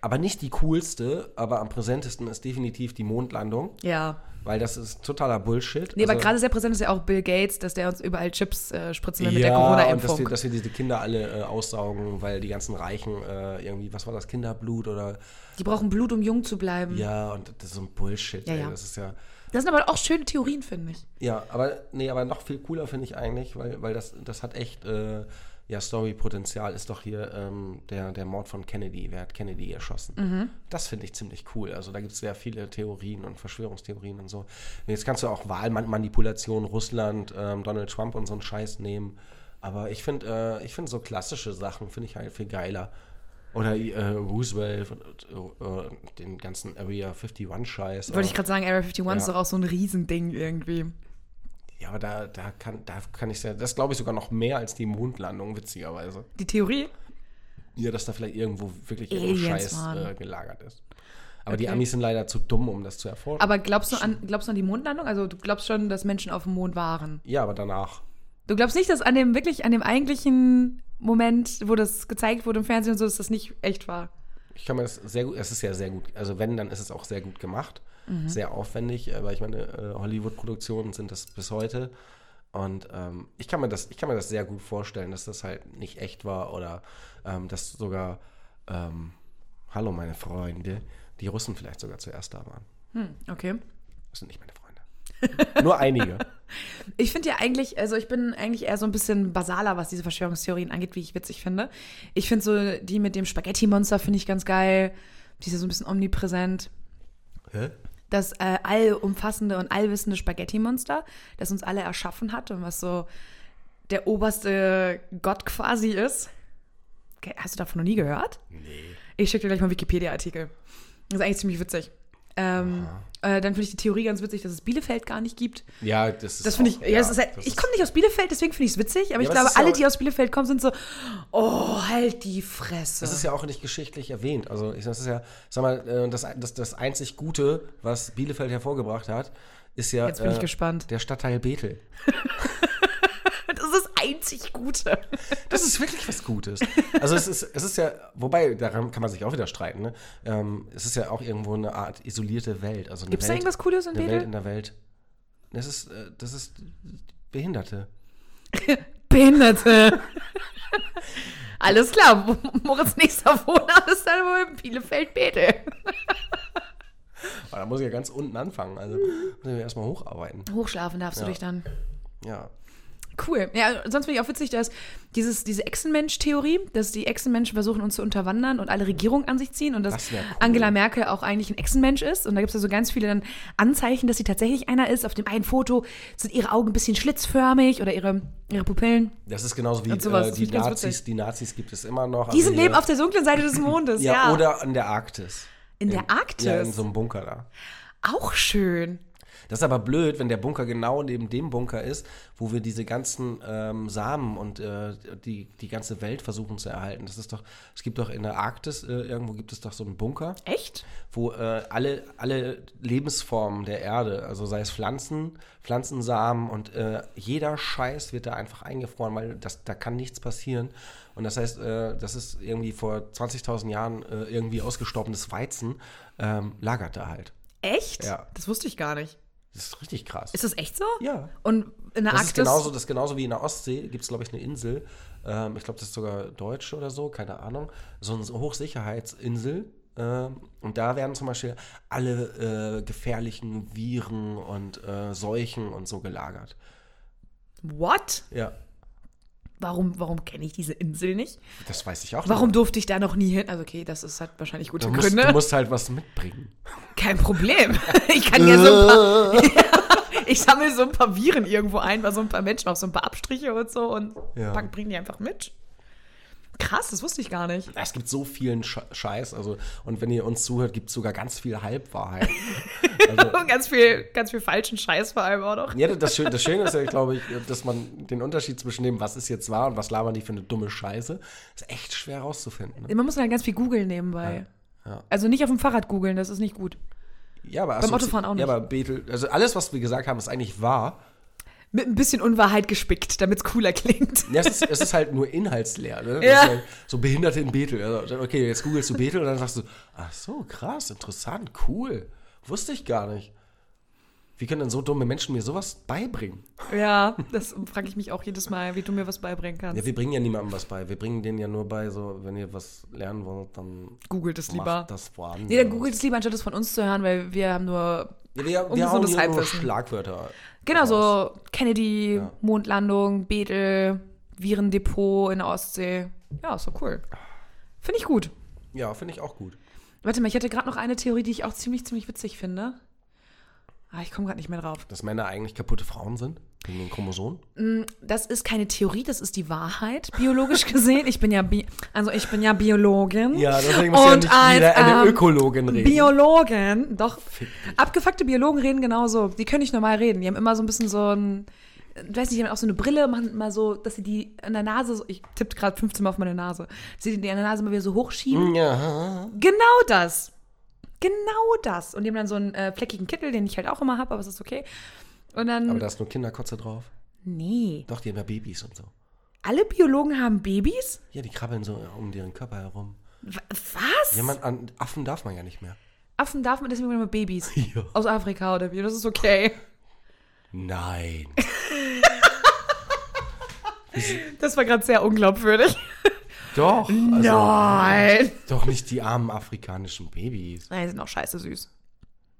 [SPEAKER 4] Aber nicht die coolste, aber am präsentesten ist definitiv die Mondlandung,
[SPEAKER 3] Ja.
[SPEAKER 4] weil das ist totaler Bullshit.
[SPEAKER 3] Nee, aber
[SPEAKER 4] Also-
[SPEAKER 3] gerade sehr präsent ist ja auch Bill Gates, dass der uns überall Chips äh, spritzen will mit der
[SPEAKER 4] Ja, und dass wir,
[SPEAKER 3] Corona-Impfung.
[SPEAKER 4] dass wir diese Kinder alle äh, aussaugen, weil die ganzen Reichen äh, irgendwie, was war das, Kinderblut oder
[SPEAKER 3] Die brauchen Blut, um jung zu bleiben.
[SPEAKER 4] ja, und das ist so ein Bullshit,
[SPEAKER 3] Ja,
[SPEAKER 4] ey,
[SPEAKER 3] ja.
[SPEAKER 4] das ist ja.
[SPEAKER 3] Das sind aber auch schöne Theorien, finde ich.
[SPEAKER 4] Ja, aber nee, aber noch viel cooler finde ich eigentlich, weil, weil das, das hat echt äh, ja Story-Potenzial, ist doch hier ähm, der, der Mord von Kennedy. Wer hat Kennedy erschossen?
[SPEAKER 3] Mhm.
[SPEAKER 4] Das finde ich ziemlich cool. Also da gibt es sehr viele Theorien und Verschwörungstheorien und so. Und jetzt kannst du auch Wahlmanipulation, Russland, ähm, Donald Trump und so einen Scheiß nehmen. Aber ich finde, äh, ich finde so klassische Sachen finde ich halt viel geiler. Oder äh, Roosevelt und äh, den ganzen Area 51-Scheiß.
[SPEAKER 3] Wollte ich gerade sagen, Area 51 ist
[SPEAKER 4] Ja.
[SPEAKER 3] doch auch so ein Riesending irgendwie.
[SPEAKER 4] Ja, aber da, da kann, da kann ich ja, das glaube ich sogar noch mehr als die Mondlandung, witzigerweise.
[SPEAKER 3] Die Theorie?
[SPEAKER 4] Ja, dass da vielleicht irgendwo wirklich irgendein
[SPEAKER 3] Aliens
[SPEAKER 4] Scheiß
[SPEAKER 3] waren.
[SPEAKER 4] äh, gelagert ist. Aber die
[SPEAKER 3] Okay.
[SPEAKER 4] Amis sind leider zu dumm, um das zu erforschen.
[SPEAKER 3] Aber glaubst du, an, glaubst du an die Mondlandung? Also du glaubst schon, dass Menschen auf dem Mond waren.
[SPEAKER 4] ja, aber danach.
[SPEAKER 3] Du glaubst nicht, dass an dem wirklich, an dem eigentlichen Moment, wo das gezeigt wurde im Fernsehen und so, dass das nicht echt war.
[SPEAKER 4] Ich kann mir das sehr gut, es ist ja sehr gut, also wenn, dann ist es auch sehr gut gemacht.
[SPEAKER 3] Mhm.
[SPEAKER 4] Sehr aufwendig, aber ich meine, äh, Hollywood-Produktionen sind das bis heute. Und ähm, ich, kann mir das, ich kann mir das sehr gut vorstellen, dass das halt nicht echt war oder ähm, dass sogar, ähm, hallo meine Freunde, die Russen vielleicht sogar zuerst da waren.
[SPEAKER 3] Okay.
[SPEAKER 4] Das sind nicht meine Freunde. Nur einige.
[SPEAKER 3] Ich finde ja eigentlich, also ich bin eigentlich eher so ein bisschen basaler, was diese Verschwörungstheorien angeht, wie ich witzig finde. Ich finde so die mit dem Spaghetti-Monster finde ich ganz geil. Die ist ja so ein bisschen omnipräsent.
[SPEAKER 4] Hä?
[SPEAKER 3] Das äh, allumfassende und allwissende Spaghetti-Monster, das uns alle erschaffen hat und was so der oberste Gott quasi ist. Okay, hast du davon noch nie gehört?
[SPEAKER 4] Nee.
[SPEAKER 3] Ich schicke dir gleich mal einen Wikipedia-Artikel. Das ist eigentlich ziemlich witzig. Ähm, äh, dann finde ich die Theorie ganz witzig, dass es Bielefeld gar nicht gibt.
[SPEAKER 4] Oh, Ja, das ist.
[SPEAKER 3] Das finde ich,
[SPEAKER 4] auch-
[SPEAKER 3] ja, das ist halt,
[SPEAKER 4] das
[SPEAKER 3] ich
[SPEAKER 4] ist-
[SPEAKER 3] komme nicht aus Bielefeld, deswegen finde ich es witzig, aber ich
[SPEAKER 4] aber es
[SPEAKER 3] glaube,
[SPEAKER 4] ist ja
[SPEAKER 3] alle,
[SPEAKER 4] auch-
[SPEAKER 3] die aus Bielefeld kommen, sind so, oh, halt die Fresse.
[SPEAKER 4] Das ist ja auch nicht geschichtlich erwähnt. Also ich, das ist ja, sag mal, äh, das, das, das einzig Gute, was Bielefeld hervorgebracht hat, ist ja äh,
[SPEAKER 3] Jetzt bin ich gespannt.
[SPEAKER 4] der Stadtteil Bethel.
[SPEAKER 3] das, ist das einzig Gute.
[SPEAKER 4] Das ist wirklich was Gutes. Also es ist, es ist ja, wobei, daran kann man sich auch wieder streiten, ne? ähm, es ist ja auch irgendwo eine Art isolierte Welt. Also eine
[SPEAKER 3] Gibt's da
[SPEAKER 4] Welt-
[SPEAKER 3] irgendwas Cooles in
[SPEAKER 4] eine
[SPEAKER 3] Bethel?
[SPEAKER 4] Welt in der Welt. Das ist, äh, das ist Behinderte.
[SPEAKER 3] Behinderte. Alles klar, Mo- Moritz nächster Wohnort ist dann wohl Bielefeld-Bethel.
[SPEAKER 4] Aber da muss ich ja ganz unten anfangen. Also muss ich mir erstmal hocharbeiten.
[SPEAKER 3] Hochschlafen darfst du
[SPEAKER 4] Ja.
[SPEAKER 3] dich dann.
[SPEAKER 4] Ja.
[SPEAKER 3] Cool. Ja, sonst finde ich auch witzig, dass dieses, diese Echsenmensch-Theorie, dass die Echsenmenschen versuchen, uns zu unterwandern und alle Regierungen an sich ziehen und dass
[SPEAKER 4] Das wär cool.
[SPEAKER 3] Angela Merkel auch eigentlich ein Echsenmensch ist. Und da gibt es ja so ganz viele dann Anzeichen, dass sie tatsächlich einer ist. Auf dem einen Foto sind ihre Augen ein bisschen schlitzförmig oder ihre, ihre Pupillen.
[SPEAKER 4] Das ist genauso wie
[SPEAKER 3] Und sowas,
[SPEAKER 4] äh,
[SPEAKER 3] das
[SPEAKER 4] die
[SPEAKER 3] finde ich ganz
[SPEAKER 4] Nazis.
[SPEAKER 3] witzig.
[SPEAKER 4] Die Nazis gibt es immer noch.
[SPEAKER 3] Die
[SPEAKER 4] Also
[SPEAKER 3] sind
[SPEAKER 4] hier-
[SPEAKER 3] leben auf der dunklen Seite des Mondes, ja.
[SPEAKER 4] ja, Oder in der Arktis.
[SPEAKER 3] In der Arktis?
[SPEAKER 4] Ja, in so einem Bunker da.
[SPEAKER 3] auch schön.
[SPEAKER 4] Das ist aber blöd, wenn der Bunker genau neben dem Bunker ist, wo wir diese ganzen ähm, Samen und äh, die, die ganze Welt versuchen zu erhalten. Das ist doch, es gibt doch in der Arktis, äh, irgendwo gibt es doch so einen Bunker,
[SPEAKER 3] Echt?
[SPEAKER 4] wo äh, alle, alle Lebensformen der Erde, also sei es Pflanzen, Pflanzensamen und äh, jeder Scheiß wird da einfach eingefroren, weil das, da kann nichts passieren. Und das heißt, äh, das ist irgendwie vor 20.000 Jahren äh, irgendwie ausgestorbenes Weizen, ähm, lagert da halt.
[SPEAKER 3] Echt?
[SPEAKER 4] Ja.
[SPEAKER 3] Das wusste ich gar nicht.
[SPEAKER 4] Das ist richtig krass.
[SPEAKER 3] Ist das echt so?
[SPEAKER 4] ja.
[SPEAKER 3] Und in der
[SPEAKER 4] Das
[SPEAKER 3] Arktis?
[SPEAKER 4] ist genauso, das ist genauso wie in der Ostsee gibt es, glaube ich, eine Insel. Ähm, ich glaube, das ist sogar deutsch oder so, keine Ahnung. So eine Hochsicherheitsinsel. Ähm, und da werden zum Beispiel alle äh, gefährlichen Viren und äh, Seuchen und so gelagert.
[SPEAKER 3] What?
[SPEAKER 4] Ja,
[SPEAKER 3] Warum, warum kenne ich diese Insel nicht?
[SPEAKER 4] das weiß ich auch
[SPEAKER 3] Warum
[SPEAKER 4] nicht.
[SPEAKER 3] durfte ich da noch nie hin? Also okay, das ist halt wahrscheinlich gute
[SPEAKER 4] Du musst,
[SPEAKER 3] Gründe.
[SPEAKER 4] du musst halt was mitbringen.
[SPEAKER 3] Kein Problem. Ich kann ja so ein paar, ich sammle so ein paar Viren irgendwo ein, bei so ein paar Menschen auch so ein paar Abstriche und so und
[SPEAKER 4] Ja.
[SPEAKER 3] pack, bring die einfach mit. Krass, das wusste ich gar nicht.
[SPEAKER 4] Es gibt so vielen Sch Scheiß. Also, und wenn ihr uns zuhört, gibt es sogar ganz viel Halbwahrheit. Also,
[SPEAKER 3] Und ganz viel, ganz viel falschen Scheiß vor allem auch noch.
[SPEAKER 4] Ja, das, Schöne, das Schöne ist ja, glaube ich, dass man den Unterschied zwischen dem, was ist jetzt wahr und was labern die für eine dumme Scheiße, ist echt schwer rauszufinden. Ne?
[SPEAKER 3] Man muss halt ganz viel googeln nebenbei.
[SPEAKER 4] Ja.
[SPEAKER 3] Also nicht auf dem Fahrrad googeln, das ist nicht gut.
[SPEAKER 4] Ja, aber
[SPEAKER 3] Beim Autofahren auch nicht.
[SPEAKER 4] Ja, aber Bethel, also alles, was wir gesagt haben, ist eigentlich wahr.
[SPEAKER 3] Mit ein bisschen Unwahrheit gespickt, damit es cooler klingt.
[SPEAKER 4] Ja, es, ist, es ist halt nur inhaltsleer. Ne? Das
[SPEAKER 3] Ja.
[SPEAKER 4] ist halt so Behinderte in Bethel. Also, okay, jetzt googelst du Bethel und dann sagst du, ach so, krass, interessant, cool. Wusste ich gar nicht. Wie können denn so dumme Menschen mir sowas beibringen?
[SPEAKER 3] Ja, das frage ich mich auch jedes Mal, wie du mir was beibringen kannst.
[SPEAKER 4] Ja, wir bringen ja niemandem was bei. Wir bringen denen ja nur bei, so, wenn ihr was lernen wollt, dann
[SPEAKER 3] Googelt es lieber.
[SPEAKER 4] macht das woanders.
[SPEAKER 3] Nee, dann googelt es lieber, anstatt es von uns zu hören, weil wir haben nur
[SPEAKER 4] Ja, wir, wir hauen
[SPEAKER 3] Ungesundes
[SPEAKER 4] hier nur
[SPEAKER 3] Halbwissen.
[SPEAKER 4] Schlagwörter.
[SPEAKER 3] Genau,
[SPEAKER 4] raus.
[SPEAKER 3] so Kennedy,
[SPEAKER 4] Ja.
[SPEAKER 3] Mondlandung, Bethel, Virendepot in der Ostsee. Ja, ist doch cool. Finde ich gut.
[SPEAKER 4] Ja, finde ich auch gut.
[SPEAKER 3] Warte mal, ich hatte gerade noch eine Theorie, die ich auch ziemlich, ziemlich witzig finde. Ah, ich komme gerade nicht mehr drauf.
[SPEAKER 4] Dass Männer eigentlich kaputte Frauen sind, wegen den Chromosomen.
[SPEAKER 3] Das ist keine Theorie, das ist die Wahrheit, biologisch gesehen. Ich bin ja, bi also ich bin ja Biologin.
[SPEAKER 4] deswegen
[SPEAKER 3] Und als, ähm,
[SPEAKER 4] Ökologin
[SPEAKER 3] Biologen, doch. Abgefuckte Biologen reden genauso. Die können nicht normal reden. Die haben immer so ein bisschen so ein, ich weiß nicht, die haben auch so eine Brille, machen immer so, dass sie die an der Nase, so, ich tippe gerade 15 Mal auf meine Nase, dass sie die an der Nase immer wieder so hochschieben.
[SPEAKER 4] Mhm. ja.
[SPEAKER 3] Genau das. Genau das. Und die haben dann so einen äh, fleckigen Kittel, den ich halt auch immer habe, aber es ist okay. Und dann,
[SPEAKER 4] Aber da ist nur Kinderkotze drauf.
[SPEAKER 3] nee.
[SPEAKER 4] Doch, die haben ja Babys und so.
[SPEAKER 3] Alle Biologen haben Babys?
[SPEAKER 4] Ja, die krabbeln so um deren Körper herum.
[SPEAKER 3] W- Was?
[SPEAKER 4] Jemand an Affen darf man ja nicht mehr.
[SPEAKER 3] Affen darf man deswegen immer Babys.
[SPEAKER 4] Ja.
[SPEAKER 3] Aus Afrika oder wie, das ist okay.
[SPEAKER 4] Nein.
[SPEAKER 3] Das war gerade sehr unglaubwürdig.
[SPEAKER 4] doch. Also,
[SPEAKER 3] Nein.
[SPEAKER 4] Doch nicht die armen afrikanischen Babys.
[SPEAKER 3] Nein, die sind auch scheiße süß.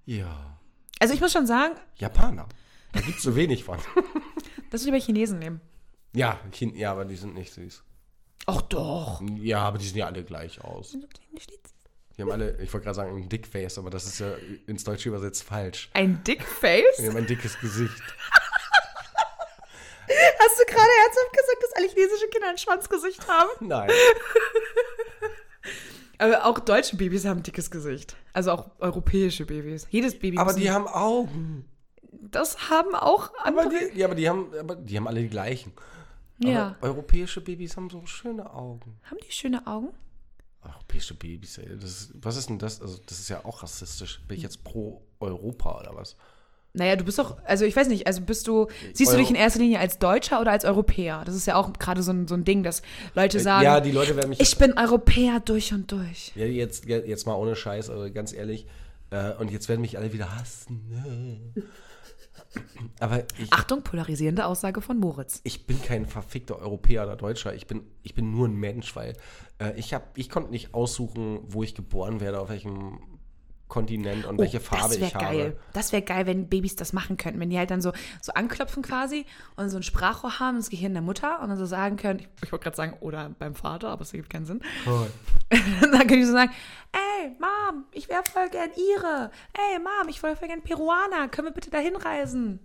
[SPEAKER 4] Ja.
[SPEAKER 3] Also ich muss schon sagen,
[SPEAKER 4] Japaner. Da gibt es so wenig von.
[SPEAKER 3] das würde ich bei Chinesen nehmen.
[SPEAKER 4] ja, Chin ja, aber die sind nicht süß.
[SPEAKER 3] Ach doch.
[SPEAKER 4] Ja, aber die sehen ja alle gleich aus.
[SPEAKER 3] So kleine Schnitzen.
[SPEAKER 4] Die haben alle, ich wollte gerade sagen, ein Dickface, aber das ist ja ins Deutsche übersetzt falsch.
[SPEAKER 3] Ein Dickface?
[SPEAKER 4] Die haben ein dickes Gesicht.
[SPEAKER 3] Hast du gerade ernsthaft gesagt, dass alle chinesischen Kinder ein Schwanzgesicht haben?
[SPEAKER 4] Nein.
[SPEAKER 3] Aber Äh, auch deutsche Babys haben ein dickes Gesicht. Also auch europäische Babys. Jedes Baby
[SPEAKER 4] Aber
[SPEAKER 3] muss-
[SPEAKER 4] die haben Augen.
[SPEAKER 3] das haben auch
[SPEAKER 4] Aber
[SPEAKER 3] andere.
[SPEAKER 4] die, ja, aber die haben, aber die haben alle die gleichen.
[SPEAKER 3] ja.
[SPEAKER 4] Aber europäische Babys haben so schöne Augen.
[SPEAKER 3] Haben die schöne Augen?
[SPEAKER 4] Europäische Babys, ey. Das ist, was ist denn das? Also, das ist ja auch rassistisch. Bin ich jetzt pro Europa oder was?
[SPEAKER 3] Naja, du bist doch, also ich weiß nicht, also bist du, siehst du
[SPEAKER 4] Euro-
[SPEAKER 3] dich in erster Linie als Deutscher oder als Europäer? Das ist ja auch gerade so ein, so ein Ding, dass Leute sagen,
[SPEAKER 4] Äh, ja, die Leute werden mich.
[SPEAKER 3] ich bin Europäer durch und durch.
[SPEAKER 4] ja, jetzt, ja, jetzt mal ohne Scheiß, also ganz ehrlich. Äh, und jetzt werden mich alle wieder hassen. ne? Aber ich,
[SPEAKER 3] Achtung, polarisierende Aussage von Moritz.
[SPEAKER 4] ich bin kein verfickter Europäer oder Deutscher. Ich bin, ich bin nur ein Mensch, weil äh, ich, hab, ich konnte nicht aussuchen, wo ich geboren werde, auf welchem Kontinent und welche Farbe
[SPEAKER 3] Oh, das wär
[SPEAKER 4] ich
[SPEAKER 3] geil.
[SPEAKER 4] habe.
[SPEAKER 3] Das wäre geil, wenn Babys das machen könnten, wenn die halt dann so, so anklopfen quasi und so ein Sprachrohr haben ins Gehirn der Mutter und dann so sagen können, ich, ich wollte gerade sagen, oder beim Vater, aber es ergibt keinen Sinn.
[SPEAKER 4] Cool.
[SPEAKER 3] dann können die so sagen, ey, Mom, ich wäre voll gern Ihre. Ey, Mom, ich wäre voll gern Peruaner. Können wir bitte dahin reisen?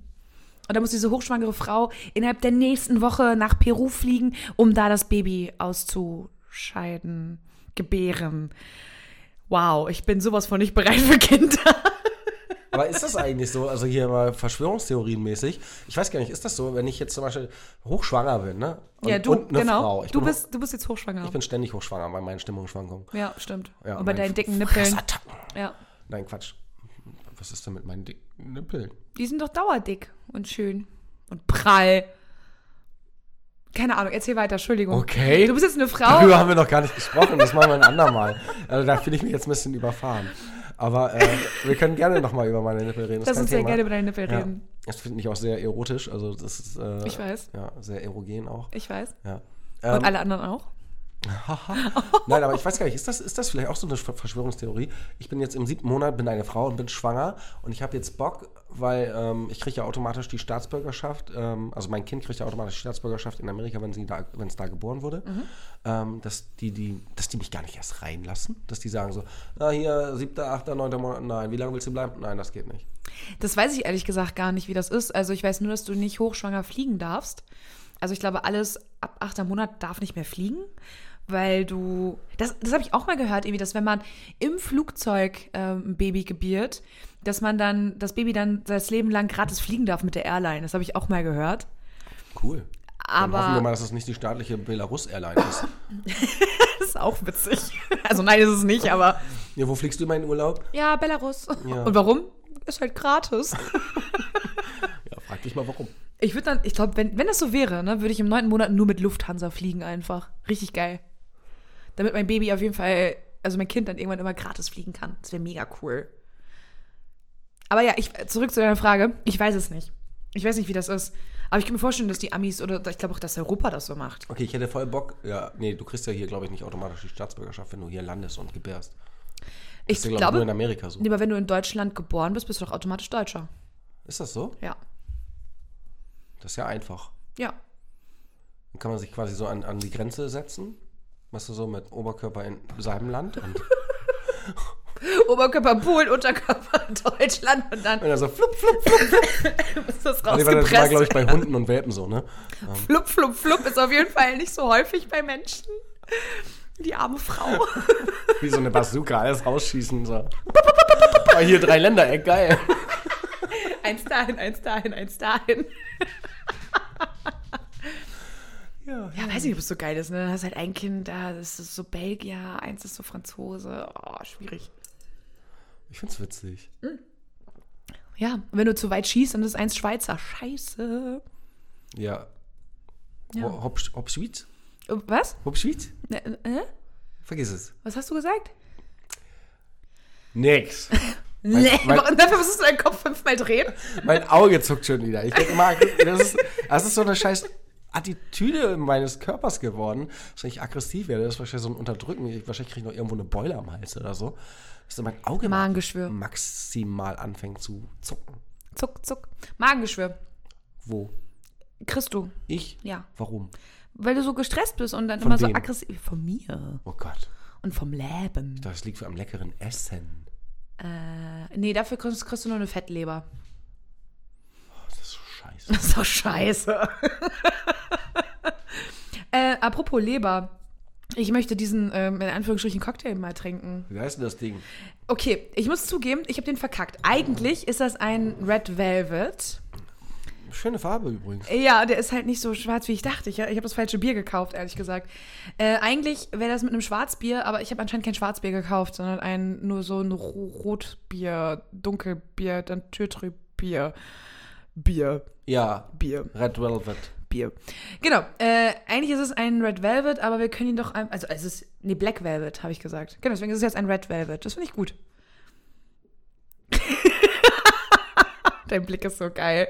[SPEAKER 3] Und dann muss diese hochschwangere Frau innerhalb der nächsten Woche nach Peru fliegen, um da das Baby auszuscheiden, gebären. Wow, ich bin sowas von nicht bereit für Kinder.
[SPEAKER 4] Aber ist das eigentlich so? Also hier mal Verschwörungstheorienmäßig. Ich weiß gar nicht, ist das so, wenn ich jetzt zum Beispiel hochschwanger bin, ne? Und, und eine Frau. Ich
[SPEAKER 3] du,
[SPEAKER 4] bin,
[SPEAKER 3] bist, du bist jetzt hochschwanger.
[SPEAKER 4] Ich bin ständig hochschwanger bei meinen Stimmungsschwankungen.
[SPEAKER 3] ja, stimmt.
[SPEAKER 4] Ja,
[SPEAKER 3] Und bei
[SPEAKER 4] mein
[SPEAKER 3] deinen dicken Nippeln.
[SPEAKER 4] Fressattacken.
[SPEAKER 3] Ja.
[SPEAKER 4] Nein, Quatsch. Was ist denn mit meinen dicken Nippeln?
[SPEAKER 3] Die sind doch dauerdick und schön und prall. Keine Ahnung, erzähl weiter, Entschuldigung.
[SPEAKER 4] Okay.
[SPEAKER 3] Du bist jetzt eine Frau.
[SPEAKER 4] Darüber haben wir noch gar nicht gesprochen. Das machen wir ein andermal. Also da fühle ich mich jetzt ein bisschen überfahren. Aber äh, wir können gerne nochmal über meine Nippel reden.
[SPEAKER 3] Lass uns
[SPEAKER 4] ist kein
[SPEAKER 3] sehr
[SPEAKER 4] Thema.
[SPEAKER 3] gerne über deine Nippel reden.
[SPEAKER 4] Ja. Das finde ich auch sehr erotisch. Also das ist äh,
[SPEAKER 3] Ich weiß.
[SPEAKER 4] Ja, sehr erogen auch.
[SPEAKER 3] Ich weiß.
[SPEAKER 4] Ja. Ähm.
[SPEAKER 3] Und alle anderen auch.
[SPEAKER 4] Nein, aber ich weiß gar nicht, ist das, ist das vielleicht auch so eine Ver- Verschwörungstheorie? Ich bin jetzt im siebten Monat, bin eine Frau und bin schwanger und ich habe jetzt Bock, weil ähm, ich kriege ja automatisch die Staatsbürgerschaft, ähm, also mein Kind kriegt ja automatisch die Staatsbürgerschaft in Amerika, wenn sie da, wenn es da geboren wurde, ähm, dass, die, die, dass die mich gar nicht erst reinlassen, dass die sagen so, na hier, siebter, achter, neunter Monat, nein, wie lange willst du bleiben? Nein, das geht nicht.
[SPEAKER 3] Das weiß ich ehrlich gesagt gar nicht, wie das ist. Also ich weiß nur, dass du nicht hochschwanger fliegen darfst. Also ich glaube, alles ab achter Monat darf nicht mehr fliegen, weil du. Das, das habe ich auch mal gehört, irgendwie, dass wenn man im Flugzeug ähm, ein Baby gebiert, dass man dann, das Baby dann das Leben lang gratis fliegen darf mit der Airline. Das habe ich auch mal gehört.
[SPEAKER 4] Cool. Dann
[SPEAKER 3] Aber-
[SPEAKER 4] hoffen wir mal, dass das nicht die staatliche Belarus-Airline ist.
[SPEAKER 3] Das ist auch witzig. Also nein, ist es nicht, aber.
[SPEAKER 4] Ja, wo fliegst du immer in Urlaub?
[SPEAKER 3] Ja, Belarus.
[SPEAKER 4] Ja.
[SPEAKER 3] Und warum? Ist halt gratis.
[SPEAKER 4] Ja, frag dich mal warum.
[SPEAKER 3] Ich würde dann, ich glaube, wenn, wenn das so wäre, ne, würde ich im neunten Monat nur mit Lufthansa fliegen einfach. Richtig geil. Damit mein Baby auf jeden Fall, also mein Kind dann irgendwann immer gratis fliegen kann. Das wäre mega cool. Aber ja, ich, zurück zu deiner Frage. Ich weiß es nicht. Ich weiß nicht, wie das ist. Aber ich kann mir vorstellen, dass die Amis oder ich glaube auch, dass Europa das so macht.
[SPEAKER 4] Okay, ich hätte voll Bock. Ja, nee, du kriegst ja hier, glaube ich, nicht automatisch die Staatsbürgerschaft, wenn du hier landest und gebärst.
[SPEAKER 3] Ich
[SPEAKER 4] Das ist ja, glaube ich, nur in
[SPEAKER 3] glaube,
[SPEAKER 4] Amerika so.
[SPEAKER 3] nee, aber wenn du in Deutschland geboren bist, bist du doch automatisch Deutscher.
[SPEAKER 4] Ist das so?
[SPEAKER 3] Ja.
[SPEAKER 4] Das ist ja einfach.
[SPEAKER 3] Ja.
[SPEAKER 4] Dann kann man sich quasi so an, an die Grenze setzen. Weißt du, so mit Oberkörper in seinem Land. Und, und
[SPEAKER 3] Oberkörper Polen, Unterkörper Deutschland und dann
[SPEAKER 4] dann so flupp, flupp.
[SPEAKER 3] ist das
[SPEAKER 4] Nee, weil das war,
[SPEAKER 3] rausgepresst.
[SPEAKER 4] glaube ich, bei Hunden und Welpen so, ne?
[SPEAKER 3] Flup, flup, flup ist auf jeden Fall nicht so häufig bei Menschen. Die arme Frau.
[SPEAKER 4] Wie so eine Bazooka, alles rausschießen. So. Oh, hier drei Ländereck, geil.
[SPEAKER 3] Eins dahin, eins dahin, eins dahin.
[SPEAKER 4] Ja.
[SPEAKER 3] Ja, weiß nicht, ob es so geil ist. Ne? Dann hast halt ein Kind, da ist es so Belgier, eins ist so Franzose. Oh, schwierig.
[SPEAKER 4] Ich find's witzig.
[SPEAKER 3] Ja, und wenn du zu weit schießt, dann ist eins Schweizer. Scheiße.
[SPEAKER 4] Ja.
[SPEAKER 3] Ja.
[SPEAKER 4] Ho- Hopsch- Hopschwitz?
[SPEAKER 3] Oh, Was?
[SPEAKER 4] Hopschwitz?
[SPEAKER 3] Ne, ne?
[SPEAKER 4] Vergiss es.
[SPEAKER 3] Was hast du gesagt?
[SPEAKER 4] Nix.
[SPEAKER 3] Nee,
[SPEAKER 4] mein-
[SPEAKER 3] warum dafür musstest du deinen Kopf fünfmal drehen?
[SPEAKER 4] Mein Auge zuckt schon wieder. Ich denk immer, das ist, das ist so eine scheiß Attitüde meines Körpers geworden, dass wenn ich aggressiv werde, das ist wahrscheinlich so ein Unterdrücken. Ich, wahrscheinlich kriege ich noch irgendwo eine Beule am Hals oder so. dass mein Auge
[SPEAKER 3] Magengeschwür.
[SPEAKER 4] maximal anfängt zu zucken.
[SPEAKER 3] Zuck, zuck. Magengeschwür.
[SPEAKER 4] Wo?
[SPEAKER 3] Kriegst du.
[SPEAKER 4] Ich?
[SPEAKER 3] Ja.
[SPEAKER 4] Warum?
[SPEAKER 3] Weil du so gestresst bist und dann
[SPEAKER 4] Von
[SPEAKER 3] immer so
[SPEAKER 4] wem?
[SPEAKER 3] aggressiv. Von mir.
[SPEAKER 4] Oh Gott.
[SPEAKER 3] Und vom Leben.
[SPEAKER 4] Das liegt am leckeren Essen.
[SPEAKER 3] Äh, nee, dafür kriegst, kriegst du nur eine Fettleber.
[SPEAKER 4] Oh, das ist so scheiße.
[SPEAKER 3] Das ist doch scheiße. äh, apropos Leber. Ich möchte diesen, ähm, in Anführungsstrichen, Cocktail mal trinken.
[SPEAKER 4] Wie heißt denn das Ding?
[SPEAKER 3] Okay, ich muss zugeben, ich habe den verkackt. Eigentlich ist das ein Red Velvet.
[SPEAKER 4] Schöne Farbe übrigens.
[SPEAKER 3] Ja, der ist halt nicht so schwarz, wie ich dachte. Ich, ich habe das falsche Bier gekauft, ehrlich gesagt. Äh, eigentlich wäre das mit einem Schwarzbier, aber ich habe anscheinend kein Schwarzbier gekauft, sondern ein nur so ein Ro- Rotbier, Dunkelbier, dann Türtrübbier. Bier,
[SPEAKER 4] Ja.
[SPEAKER 3] Bier,
[SPEAKER 4] Red Velvet.
[SPEAKER 3] Bier. Genau, äh, eigentlich ist es ein Red Velvet, aber wir können ihn doch, ein, also es ist, nee, Black Velvet, habe ich gesagt. Genau, deswegen ist es jetzt ein Red Velvet. Das finde ich gut. Dein Blick ist so geil.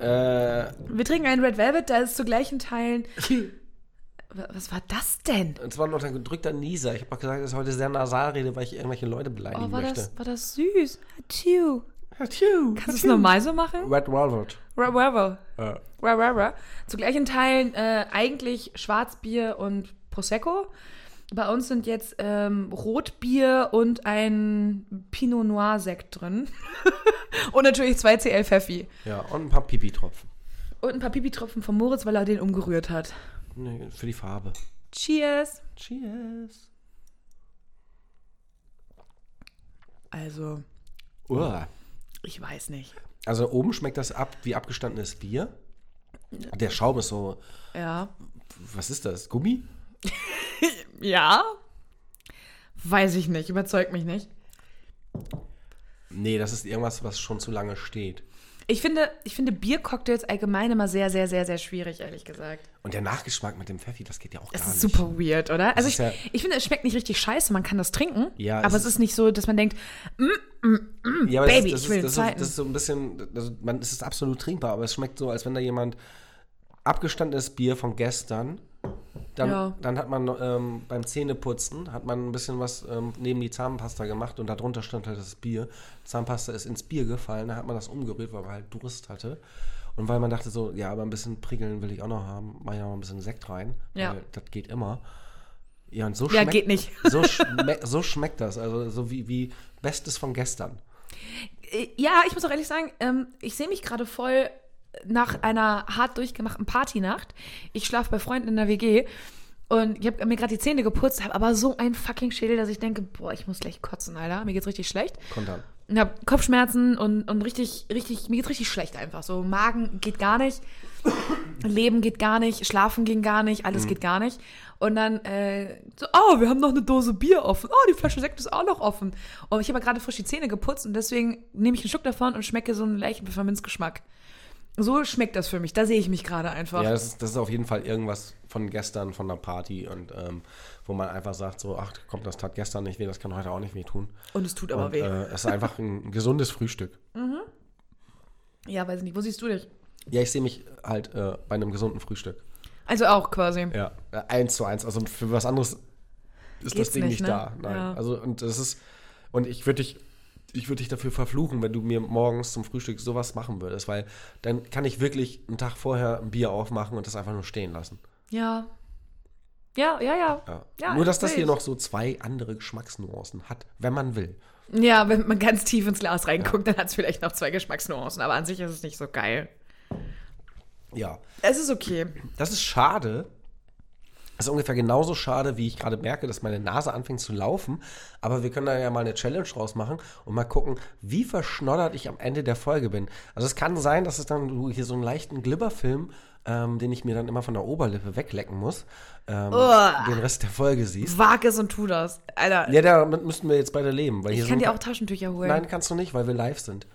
[SPEAKER 4] Äh,
[SPEAKER 3] Wir trinken einen Red Velvet, da ist zu gleichen Teilen. Wa- Was war das denn?
[SPEAKER 4] und zwar noch ein gedrückter Nieser. Ich habe auch gesagt, dass ich heute sehr nasal rede, weil ich irgendwelche Leute beleidigen
[SPEAKER 3] Oh, war
[SPEAKER 4] möchte.
[SPEAKER 3] das, war das süß. Hatschu.
[SPEAKER 4] Hatschu,
[SPEAKER 3] Kannst du es
[SPEAKER 4] hatschu.
[SPEAKER 3] normal so machen?
[SPEAKER 4] Red Velvet.
[SPEAKER 3] Ra, ra, ra.
[SPEAKER 4] Äh,
[SPEAKER 3] Ra, ra, ra. Zu gleichen Teilen äh, eigentlich Schwarzbier und Prosecco. Bei uns sind jetzt ähm, Rotbier und ein Pinot Noir Sekt drin. und natürlich 2CL Pfeffi.
[SPEAKER 4] ja, und ein paar Pipi-Tropfen.
[SPEAKER 3] Und ein paar Pipi-Tropfen von Moritz, weil er den umgerührt hat.
[SPEAKER 4] Nee, für die Farbe.
[SPEAKER 3] Cheers.
[SPEAKER 4] Cheers.
[SPEAKER 3] Also,
[SPEAKER 4] Uah.
[SPEAKER 3] ich weiß nicht.
[SPEAKER 4] Also oben schmeckt das ab wie abgestandenes Bier. Der Schaum ist so,
[SPEAKER 3] Ja.
[SPEAKER 4] was ist das? Gummi?
[SPEAKER 3] Ja? Weiß ich nicht, überzeugt mich nicht.
[SPEAKER 4] Nee, das ist irgendwas, was schon zu lange steht.
[SPEAKER 3] Ich finde, ich finde Biercocktails allgemein immer sehr, sehr, sehr, sehr schwierig, ehrlich gesagt.
[SPEAKER 4] Und der Nachgeschmack mit dem Pfeffi, das geht ja auch
[SPEAKER 3] Es
[SPEAKER 4] gar
[SPEAKER 3] ist
[SPEAKER 4] nicht.
[SPEAKER 3] super weird, oder? Also
[SPEAKER 4] ist
[SPEAKER 3] ich,
[SPEAKER 4] ja-
[SPEAKER 3] ich finde, es schmeckt nicht richtig scheiße, man kann das trinken,
[SPEAKER 4] Ja, es
[SPEAKER 3] aber es
[SPEAKER 4] ist-
[SPEAKER 3] ist nicht so, dass man denkt,
[SPEAKER 4] Ja, aber das
[SPEAKER 3] Baby,
[SPEAKER 4] ist, das
[SPEAKER 3] ich will den
[SPEAKER 4] ist, das, ist,
[SPEAKER 3] zweiten.
[SPEAKER 4] das ist so ein bisschen, also man, es ist absolut trinkbar, aber es schmeckt so, als wenn da jemand abgestandenes Bier von gestern, dann,
[SPEAKER 3] Ja.
[SPEAKER 4] dann hat man ähm, beim Zähneputzen, hat man ein bisschen was ähm, neben die Zahnpasta gemacht und darunter stand halt das Bier. Zahnpasta ist ins Bier gefallen, da hat man das umgerührt, weil man halt Durst hatte. Und weil man dachte so, ja, aber ein bisschen prickeln will ich auch noch haben, mach ich noch mal ein bisschen Sekt rein,
[SPEAKER 3] Ja.
[SPEAKER 4] weil das geht immer. Ja, und so
[SPEAKER 3] ja,
[SPEAKER 4] schmeckt,
[SPEAKER 3] geht nicht.
[SPEAKER 4] So, schme so schmeckt das, also so wie, wie Bestes von gestern.
[SPEAKER 3] Äh, Ja, ich muss auch ehrlich sagen, ähm, ich sehe mich gerade voll nach einer hart durchgemachten Partynacht. Ich schlafe bei Freunden in der WG und ich habe mir gerade die Zähne geputzt, habe aber so einen fucking Schädel, dass ich denke, boah, ich muss gleich kotzen, Alter, mir geht's richtig schlecht.
[SPEAKER 4] Kontern.
[SPEAKER 3] und hab Kopfschmerzen und, und richtig, richtig, mir geht's richtig schlecht einfach. So, Magen geht gar nicht, Leben geht gar nicht, Schlafen ging gar nicht,
[SPEAKER 4] Mhm.
[SPEAKER 3] alles geht gar nicht. Und dann, äh, so, oh, wir haben noch eine Dose Bier offen. Oh, die Flasche Sekt ist auch noch offen. Und ich habe ja gerade frisch die Zähne geputzt und deswegen nehme ich einen Schluck davon und schmecke so einen leichten Pfefferminzgeschmack. So schmeckt das für mich. Da sehe ich mich gerade einfach.
[SPEAKER 4] Ja, das ist, das ist auf jeden Fall irgendwas von gestern, von der Party und ähm, wo man einfach sagt so, ach komm, das tat gestern nicht weh, das kann heute auch nicht weh tun.
[SPEAKER 3] und es tut aber
[SPEAKER 4] und,
[SPEAKER 3] weh.
[SPEAKER 4] Äh, es ist einfach ein gesundes Frühstück.
[SPEAKER 3] ja, weiß ich nicht. Wo siehst du dich?
[SPEAKER 4] Ja, ich sehe mich halt äh, bei einem gesunden Frühstück.
[SPEAKER 3] Also auch quasi.
[SPEAKER 4] Ja. Äh, eins zu eins. Also für was anderes ist
[SPEAKER 3] Geht's
[SPEAKER 4] das Ding
[SPEAKER 3] nicht,
[SPEAKER 4] nicht,
[SPEAKER 3] ne?
[SPEAKER 4] da. Nein.
[SPEAKER 3] Ja.
[SPEAKER 4] Also und das ist, und ich würde dich, ich würde dich dafür verfluchen, wenn du mir morgens zum Frühstück sowas machen würdest, weil dann kann ich wirklich einen Tag vorher ein Bier aufmachen und das einfach nur stehen lassen.
[SPEAKER 3] Ja. Ja, ja, ja.
[SPEAKER 4] Ja.
[SPEAKER 3] Ja,
[SPEAKER 4] Nur, dass das
[SPEAKER 3] sehe
[SPEAKER 4] hier
[SPEAKER 3] ich.
[SPEAKER 4] noch so zwei andere Geschmacksnuancen hat, wenn man will.
[SPEAKER 3] Ja, wenn man ganz tief ins Glas reinguckt, dann hat es vielleicht noch zwei Geschmacksnuancen, aber an sich ist es nicht so geil.
[SPEAKER 4] Ja.
[SPEAKER 3] Es ist okay.
[SPEAKER 4] Das ist schade. Das ist ungefähr genauso schade, wie ich gerade merke, dass meine Nase anfängt zu laufen. Aber wir können da ja mal eine Challenge draus machen und mal gucken, wie verschnoddert ich am Ende der Folge bin. Also es kann sein, dass es dann so hier so einen leichten Glibberfilm, ähm, den ich mir dann immer von der Oberlippe weglecken muss, ähm,
[SPEAKER 3] Uah.
[SPEAKER 4] den Rest der Folge siehst.
[SPEAKER 3] Wag es und tu das. Alter,
[SPEAKER 4] Ja, damit müssten wir jetzt beide leben. Weil hier
[SPEAKER 3] ich kann
[SPEAKER 4] sind,
[SPEAKER 3] dir auch Taschentücher holen.
[SPEAKER 4] Nein, kannst du nicht, weil wir live sind.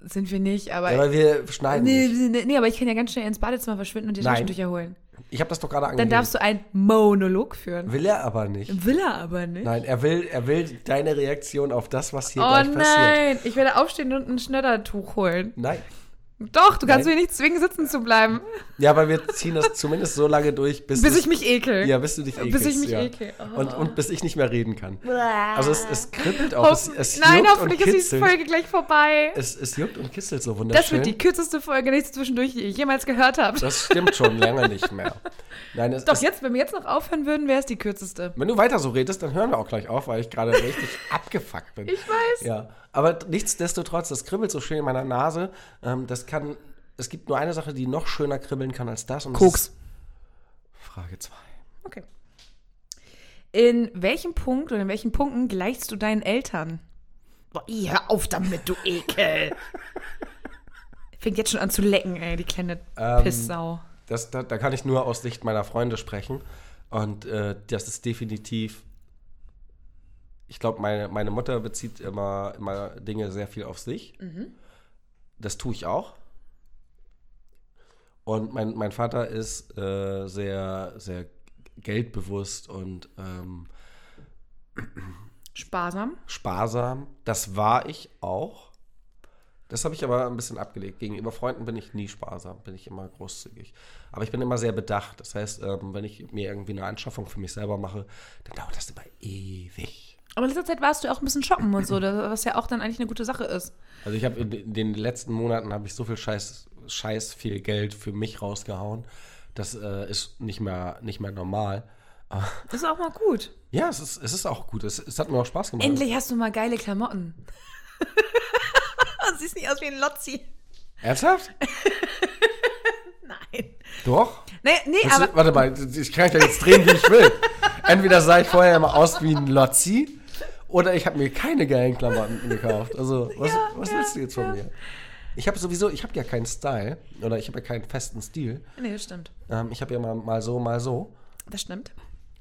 [SPEAKER 3] Sind wir nicht, aber.
[SPEAKER 4] Ja, weil wir schneiden
[SPEAKER 3] nee,
[SPEAKER 4] nicht.
[SPEAKER 3] nee, nee, aber ich kann ja ganz schnell ins Badezimmer verschwinden und dir
[SPEAKER 4] Nein.
[SPEAKER 3] Taschentücher holen.
[SPEAKER 4] Ich habe das doch gerade angegeben.
[SPEAKER 3] Dann darfst du einen Monolog führen.
[SPEAKER 4] Will er aber nicht.
[SPEAKER 3] Will er aber nicht.
[SPEAKER 4] Nein, er will, er will deine Reaktion auf das, was hier
[SPEAKER 3] oh
[SPEAKER 4] gleich passiert.
[SPEAKER 3] nein, ich werde aufstehen und ein Schnoddertuch holen.
[SPEAKER 4] Nein.
[SPEAKER 3] Doch, du kannst
[SPEAKER 4] Nein.
[SPEAKER 3] mich nicht zwingen, sitzen zu bleiben.
[SPEAKER 4] Ja, aber wir ziehen das zumindest so lange durch, bis,
[SPEAKER 3] Bis
[SPEAKER 4] es-
[SPEAKER 3] ich mich ekel.
[SPEAKER 4] ja, bis du dich ekelst.
[SPEAKER 3] Bis ich mich
[SPEAKER 4] ja.
[SPEAKER 3] ekel. Oh.
[SPEAKER 4] Und, und bis ich nicht mehr reden kann. Also es, es kribbelt auch, es,
[SPEAKER 3] Hoffen-
[SPEAKER 4] es
[SPEAKER 3] Nein,
[SPEAKER 4] juckt und
[SPEAKER 3] hoffentlich ist die
[SPEAKER 4] kitzelt.
[SPEAKER 3] Folge gleich vorbei.
[SPEAKER 4] Es, es juckt und kitzelt so wunderschön.
[SPEAKER 3] Das wird die kürzeste Folge, die ich zwischendurch jemals gehört habe.
[SPEAKER 4] Das stimmt schon lange nicht mehr. Nein, es,
[SPEAKER 3] Doch,
[SPEAKER 4] es,
[SPEAKER 3] jetzt, wenn wir jetzt noch aufhören würden, wäre es die kürzeste.
[SPEAKER 4] wenn du weiter so redest, dann hören wir auch gleich auf, weil ich gerade richtig abgefuckt bin.
[SPEAKER 3] Ich weiß.
[SPEAKER 4] Ja, aber nichtsdestotrotz, das kribbelt so schön in meiner Nase. Ähm, das kann, es gibt nur eine Sache, die noch schöner kribbeln kann als das. Und das
[SPEAKER 3] Koks.
[SPEAKER 4] ist- Frage 2.
[SPEAKER 3] Okay. In welchem Punkt oder in welchen Punkten gleichst du deinen Eltern? Boah, ih, hör auf damit, du Ekel. Fängt jetzt schon an zu lecken, ey, die kleine
[SPEAKER 4] Ähm,
[SPEAKER 3] Pisssau.
[SPEAKER 4] Das, da, da kann ich nur aus Sicht meiner Freunde sprechen. Und äh, das ist definitiv. Ich glaube, meine, meine Mutter bezieht immer, immer Dinge sehr viel auf sich. Das tue ich auch. Und mein, mein Vater ist äh, sehr, sehr geldbewusst und ähm,
[SPEAKER 3] Sparsam.
[SPEAKER 4] sparsam. Das war ich auch. Das habe ich aber ein bisschen abgelegt. Gegenüber Freunden bin ich nie sparsam, bin ich immer großzügig. Aber ich bin immer sehr bedacht. Das heißt, ähm, wenn ich mir irgendwie eine Anschaffung für mich selber mache, dann dauert das immer ewig.
[SPEAKER 3] Aber in letzter Zeit warst du auch ein bisschen shoppen und so, das- was ja auch dann eigentlich eine gute Sache ist.
[SPEAKER 4] Also ich habe in den- in den letzten Monaten habe ich so viel Scheiß, Scheiß viel Geld für mich rausgehauen. Das äh, ist nicht mehr, nicht mehr normal.
[SPEAKER 3] Ist auch mal gut.
[SPEAKER 4] Ja, es ist, es ist auch gut. Es, es hat mir auch Spaß gemacht.
[SPEAKER 3] Endlich hast du mal geile Klamotten. und siehst nicht aus wie ein Lotzi.
[SPEAKER 4] Ernsthaft?
[SPEAKER 3] Nein.
[SPEAKER 4] Doch.
[SPEAKER 3] Nee, nee
[SPEAKER 4] Willst
[SPEAKER 3] aber
[SPEAKER 4] du, warte mal, ich kann mich ja jetzt drehen, wie ich will. Entweder sah ich vorher immer aus wie ein Lotzi oder ich habe mir keine geilen Klamotten gekauft. Also, was, was willst du jetzt von mir? Ich habe sowieso, ich habe ja keinen Style oder ich habe ja keinen festen Stil.
[SPEAKER 3] Nee, das stimmt.
[SPEAKER 4] Ähm, ich habe ja mal, mal so, mal so.
[SPEAKER 3] Das stimmt.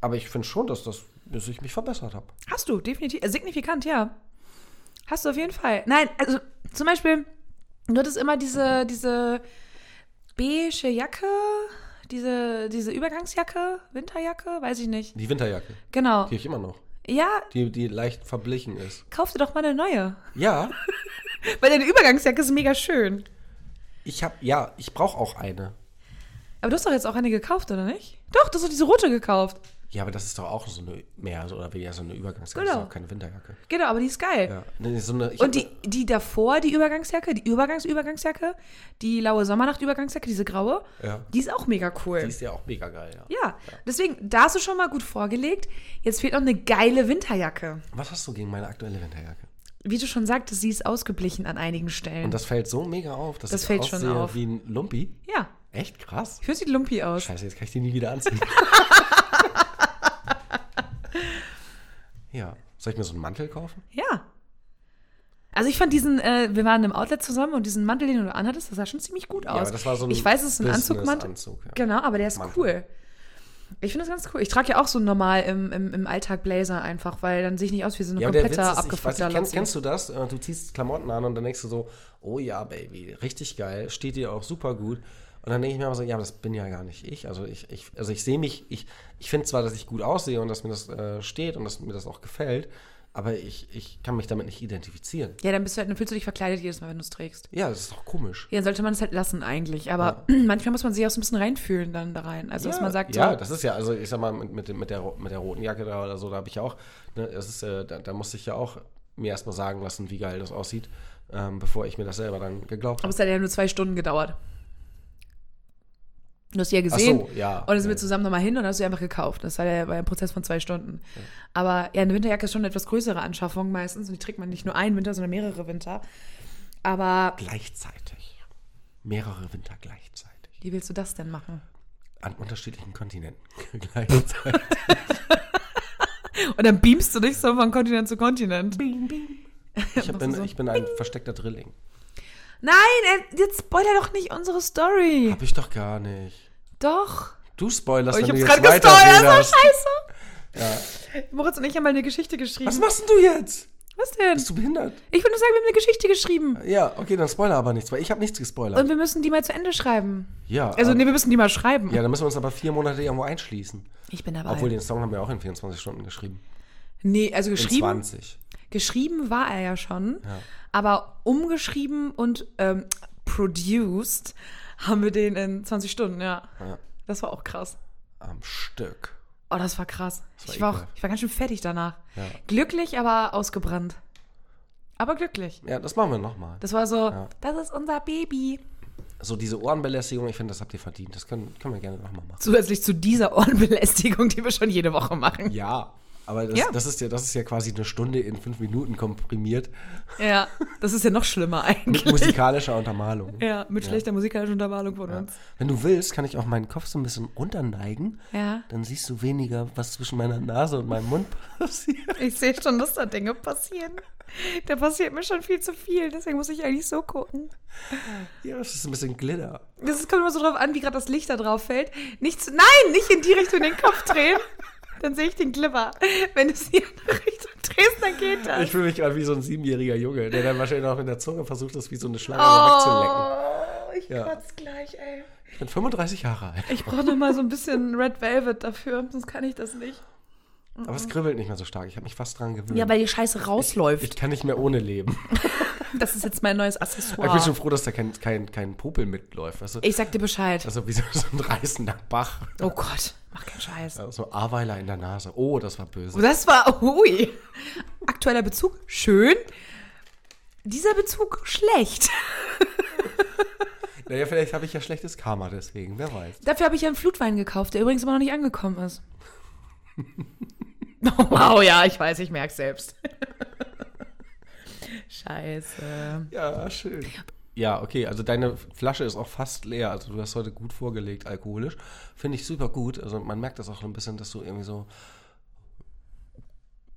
[SPEAKER 4] Aber ich finde schon, dass, das, dass ich mich verbessert habe.
[SPEAKER 3] Hast du, definitiv. Äh, Signifikant, ja. Hast du auf jeden Fall. Nein, also zum Beispiel, du hattest immer diese, diese beige Jacke, diese, diese Übergangsjacke, Winterjacke, weiß ich nicht.
[SPEAKER 4] Die Winterjacke,
[SPEAKER 3] Genau.
[SPEAKER 4] die hab ich immer noch.
[SPEAKER 3] Ja,
[SPEAKER 4] Die, die leicht verblichen ist.
[SPEAKER 3] kauf dir doch mal eine neue.
[SPEAKER 4] Ja,
[SPEAKER 3] Weil deine Übergangsjacke ist mega schön.
[SPEAKER 4] ich habe, ja, ich brauche auch eine.
[SPEAKER 3] Aber du hast doch jetzt auch eine gekauft, oder nicht? Doch, du hast doch diese rote gekauft.
[SPEAKER 4] Ja, aber das ist doch auch so eine, mehr so- oder weniger so eine Übergangsjacke, das
[SPEAKER 3] Genau.
[SPEAKER 4] ist auch keine Winterjacke.
[SPEAKER 3] Genau, aber die ist geil.
[SPEAKER 4] Ja, nee, so eine, ich hab-
[SPEAKER 3] Und die, die davor, die Übergangsjacke, die Übergangs-Übergangsjacke, die laue Sommernacht-Übergangsjacke, diese graue,
[SPEAKER 4] Ja.
[SPEAKER 3] die ist auch mega cool.
[SPEAKER 4] Die ist ja auch mega geil, ja.
[SPEAKER 3] Äh, Ja, deswegen, da hast du schon mal gut vorgelegt. Jetzt fehlt noch eine geile Winterjacke.
[SPEAKER 4] Was hast du gegen meine aktuelle Winterjacke?
[SPEAKER 3] Wie du schon sagtest, sie ist ausgeblichen an einigen Stellen.
[SPEAKER 4] Und das fällt so mega auf, dass
[SPEAKER 3] Das
[SPEAKER 4] ich
[SPEAKER 3] fällt
[SPEAKER 4] aussehe
[SPEAKER 3] schon auf.
[SPEAKER 4] wie ein Lumpi.
[SPEAKER 3] ja,
[SPEAKER 4] Echt krass.
[SPEAKER 3] ich finde, sieht lumpi aus.
[SPEAKER 4] Scheiße, jetzt kann ich die nie wieder anziehen. ja. Soll ich mir so einen Mantel kaufen?
[SPEAKER 3] Ja. Also ich fand diesen, äh, wir waren im Outlet zusammen und diesen Mantel, den du anhattest, das sah schon ziemlich gut aus.
[SPEAKER 4] aber das war so ein
[SPEAKER 3] also ich weiß, es ist ein Anzugmantel.
[SPEAKER 4] Business-Anzug, ja.
[SPEAKER 3] Genau, aber der ist
[SPEAKER 4] Mantel.
[SPEAKER 3] cool. Ich finde das ganz cool. Ich trage ja auch so normal im, im, im Alltag Blazer einfach, weil dann sehe ich nicht aus wie so ein
[SPEAKER 4] aber
[SPEAKER 3] kompletter
[SPEAKER 4] ich weiß
[SPEAKER 3] abgefuckter
[SPEAKER 4] nicht, kennst,
[SPEAKER 3] Lotzi.
[SPEAKER 4] kennst du das? Äh, Du ziehst Klamotten an und dann denkst du so, oh ja, Baby, richtig geil, steht dir auch super gut. Und dann denke ich mir immer so, ja, aber das bin ja gar nicht ich. Also ich, ich, also ich sehe mich, ich, ich finde zwar, dass ich gut aussehe und dass mir das äh, steht und dass mir das auch gefällt, aber ich, ich kann mich damit nicht identifizieren.
[SPEAKER 3] Ja, dann, bist du halt, dann fühlst du dich verkleidet jedes Mal, wenn du es trägst.
[SPEAKER 4] Ja, das ist doch komisch.
[SPEAKER 3] Ja, dann sollte man es halt lassen eigentlich. Aber manchmal muss man sich auch so ein bisschen reinfühlen dann da rein. Also, dass man sagt,
[SPEAKER 4] ja,
[SPEAKER 3] so,
[SPEAKER 4] das ist ja, also ich sag mal, mit, mit, dem- mit, der, ro- mit der roten Jacke da oder so, da habe ich ja auch, ne, das ist, äh, da, da musste ich ja auch mir erstmal sagen lassen, wie geil das aussieht, ähm, bevor ich mir das selber dann geglaubt
[SPEAKER 3] aber
[SPEAKER 4] habe.
[SPEAKER 3] es hat ja nur zwei Stunden gedauert. Du hast sie ja
[SPEAKER 4] Ach
[SPEAKER 3] gesehen.
[SPEAKER 4] so, ja.
[SPEAKER 3] Und dann sind wir
[SPEAKER 4] Ja.
[SPEAKER 3] zusammen nochmal hin und hast sie einfach gekauft. Das war, ja, war ja ein Prozess von zwei Stunden. Aber ja, eine Winterjacke ist schon eine etwas größere Anschaffung meistens. Und die trägt man nicht nur einen Winter, sondern mehrere Winter. Aber
[SPEAKER 4] gleichzeitig. Mehrere Winter gleichzeitig.
[SPEAKER 3] wie willst du das denn machen?
[SPEAKER 4] An unterschiedlichen Kontinenten gleichzeitig.
[SPEAKER 3] Und dann beamst du dich so von Kontinent zu Kontinent.
[SPEAKER 4] Ich, hab,
[SPEAKER 3] Machst du
[SPEAKER 4] bin,
[SPEAKER 3] so.
[SPEAKER 4] ich bin ein versteckter Drilling.
[SPEAKER 3] Nein, ey, jetzt spoiler doch nicht unsere Story.
[SPEAKER 4] Hab ich doch gar nicht.
[SPEAKER 3] Doch.
[SPEAKER 4] Du spoilerst,
[SPEAKER 3] Oh, ich
[SPEAKER 4] wenn
[SPEAKER 3] hab's
[SPEAKER 4] du
[SPEAKER 3] gerade
[SPEAKER 4] jetzt
[SPEAKER 3] gespoilert,
[SPEAKER 4] weiter
[SPEAKER 3] das war
[SPEAKER 4] redest.
[SPEAKER 3] scheiße. Moritz und ich haben mal eine Geschichte geschrieben.
[SPEAKER 4] Was machst denn du jetzt?
[SPEAKER 3] Was denn?
[SPEAKER 4] Bist du behindert?
[SPEAKER 3] Ich will nur sagen, wir haben eine Geschichte geschrieben.
[SPEAKER 4] Ja, okay, dann spoiler aber nichts, weil ich habe nichts gespoilert.
[SPEAKER 3] Und wir müssen die mal zu Ende schreiben.
[SPEAKER 4] ja,
[SPEAKER 3] Also,
[SPEAKER 4] ähm,
[SPEAKER 3] nee, wir müssen die mal schreiben.
[SPEAKER 4] ja, dann müssen wir uns aber vier Monate irgendwo einschließen.
[SPEAKER 3] Ich bin dabei.
[SPEAKER 4] Obwohl, den Song haben wir auch in 24 Stunden geschrieben.
[SPEAKER 3] nee, also
[SPEAKER 4] In
[SPEAKER 3] geschrieben,
[SPEAKER 4] 20.
[SPEAKER 3] geschrieben war er ja schon.
[SPEAKER 4] Ja.
[SPEAKER 3] Aber umgeschrieben und ähm, produced, haben wir den in 20 Stunden, ja.
[SPEAKER 4] Ja,
[SPEAKER 3] Das war auch krass.
[SPEAKER 4] am Stück.
[SPEAKER 3] Oh, das war krass.
[SPEAKER 4] war
[SPEAKER 3] ich, war auch,
[SPEAKER 4] ekelhaft.
[SPEAKER 3] ich war ganz schön fertig danach.
[SPEAKER 4] Ja.
[SPEAKER 3] Glücklich, aber ausgebrannt. Aber glücklich.
[SPEAKER 4] Ja, das machen wir nochmal.
[SPEAKER 3] Das war so,
[SPEAKER 4] Ja.
[SPEAKER 3] das ist unser Baby.
[SPEAKER 4] So diese Ohrenbelästigung, ich finde, das habt ihr verdient. Das können, können wir gerne nochmal machen.
[SPEAKER 3] Zusätzlich zu dieser Ohrenbelästigung, die wir schon jede Woche machen.
[SPEAKER 4] Ja, aber das,
[SPEAKER 3] Ja.
[SPEAKER 4] Das, ist ja, das ist ja quasi eine Stunde in fünf Minuten komprimiert
[SPEAKER 3] Ja, das ist ja noch schlimmer
[SPEAKER 4] mit
[SPEAKER 3] eigentlich.
[SPEAKER 4] musikalischer Untermalung.
[SPEAKER 3] Ja, mit schlechter musikalischen Untermalung von
[SPEAKER 4] Ja.
[SPEAKER 3] uns.
[SPEAKER 4] Wenn du willst, kann ich auch meinen Kopf so ein bisschen runterneigen.
[SPEAKER 3] Ja.
[SPEAKER 4] Dann siehst du weniger, was zwischen meiner Nase und meinem Mund passiert.
[SPEAKER 3] Ich sehe schon, dass da Dinge passieren. Da passiert mir schon viel zu viel, deswegen muss ich eigentlich so gucken.
[SPEAKER 4] Ja, das ist ein bisschen Glitter.
[SPEAKER 3] Das kommt immer so drauf an, wie gerade das Licht da drauf fällt. Nicht zu, nein, nicht in die Richtung den Kopf drehen. Dann sehe ich den Glibber. Wenn du es in die andere Richtung drehst, dann geht das.
[SPEAKER 4] Ich fühle mich gerade wie so ein siebenjähriger Junge, der dann wahrscheinlich noch mit der Zunge versucht, das wie so eine Schlange wegzulecken.
[SPEAKER 3] oh, ich
[SPEAKER 4] Ja.
[SPEAKER 3] kotze gleich, ey.
[SPEAKER 4] Ich bin 35 Jahre alt.
[SPEAKER 3] Ich brauche noch mal so ein bisschen Red Velvet dafür, sonst kann ich das nicht.
[SPEAKER 4] Aber es kribbelt nicht mehr so stark. Ich habe mich fast dran gewöhnt.
[SPEAKER 3] Ja, weil die Scheiße
[SPEAKER 4] ich
[SPEAKER 3] rausläuft.
[SPEAKER 4] kann nicht mehr ohne leben.
[SPEAKER 3] Das ist jetzt mein neues
[SPEAKER 4] Ich bin
[SPEAKER 3] Accessoire.
[SPEAKER 4] schon froh, dass da kein, kein, kein Popel mitläuft. Weißt du?
[SPEAKER 3] Ich sag dir Bescheid.
[SPEAKER 4] Also wie so, so ein reißender Bach.
[SPEAKER 3] Oh Gott, mach keinen Scheiß.
[SPEAKER 4] So Aweiler in der Nase. Oh, das war böse.
[SPEAKER 3] Das war, hui. Aktueller Bezug, schön. Dieser Bezug, schlecht.
[SPEAKER 4] Naja, vielleicht habe ich ja schlechtes Karma deswegen, wer weiß.
[SPEAKER 3] Dafür habe ich ja einen Flutwein gekauft, der übrigens immer noch nicht angekommen ist. wow, ja, ich weiß, ich merke selbst. Scheiße.
[SPEAKER 4] Ja, schön. Ja, okay, also deine Flasche ist auch fast leer. Also du hast heute gut vorgelegt, alkoholisch. Finde ich super gut. Also man merkt das auch ein bisschen, dass du irgendwie so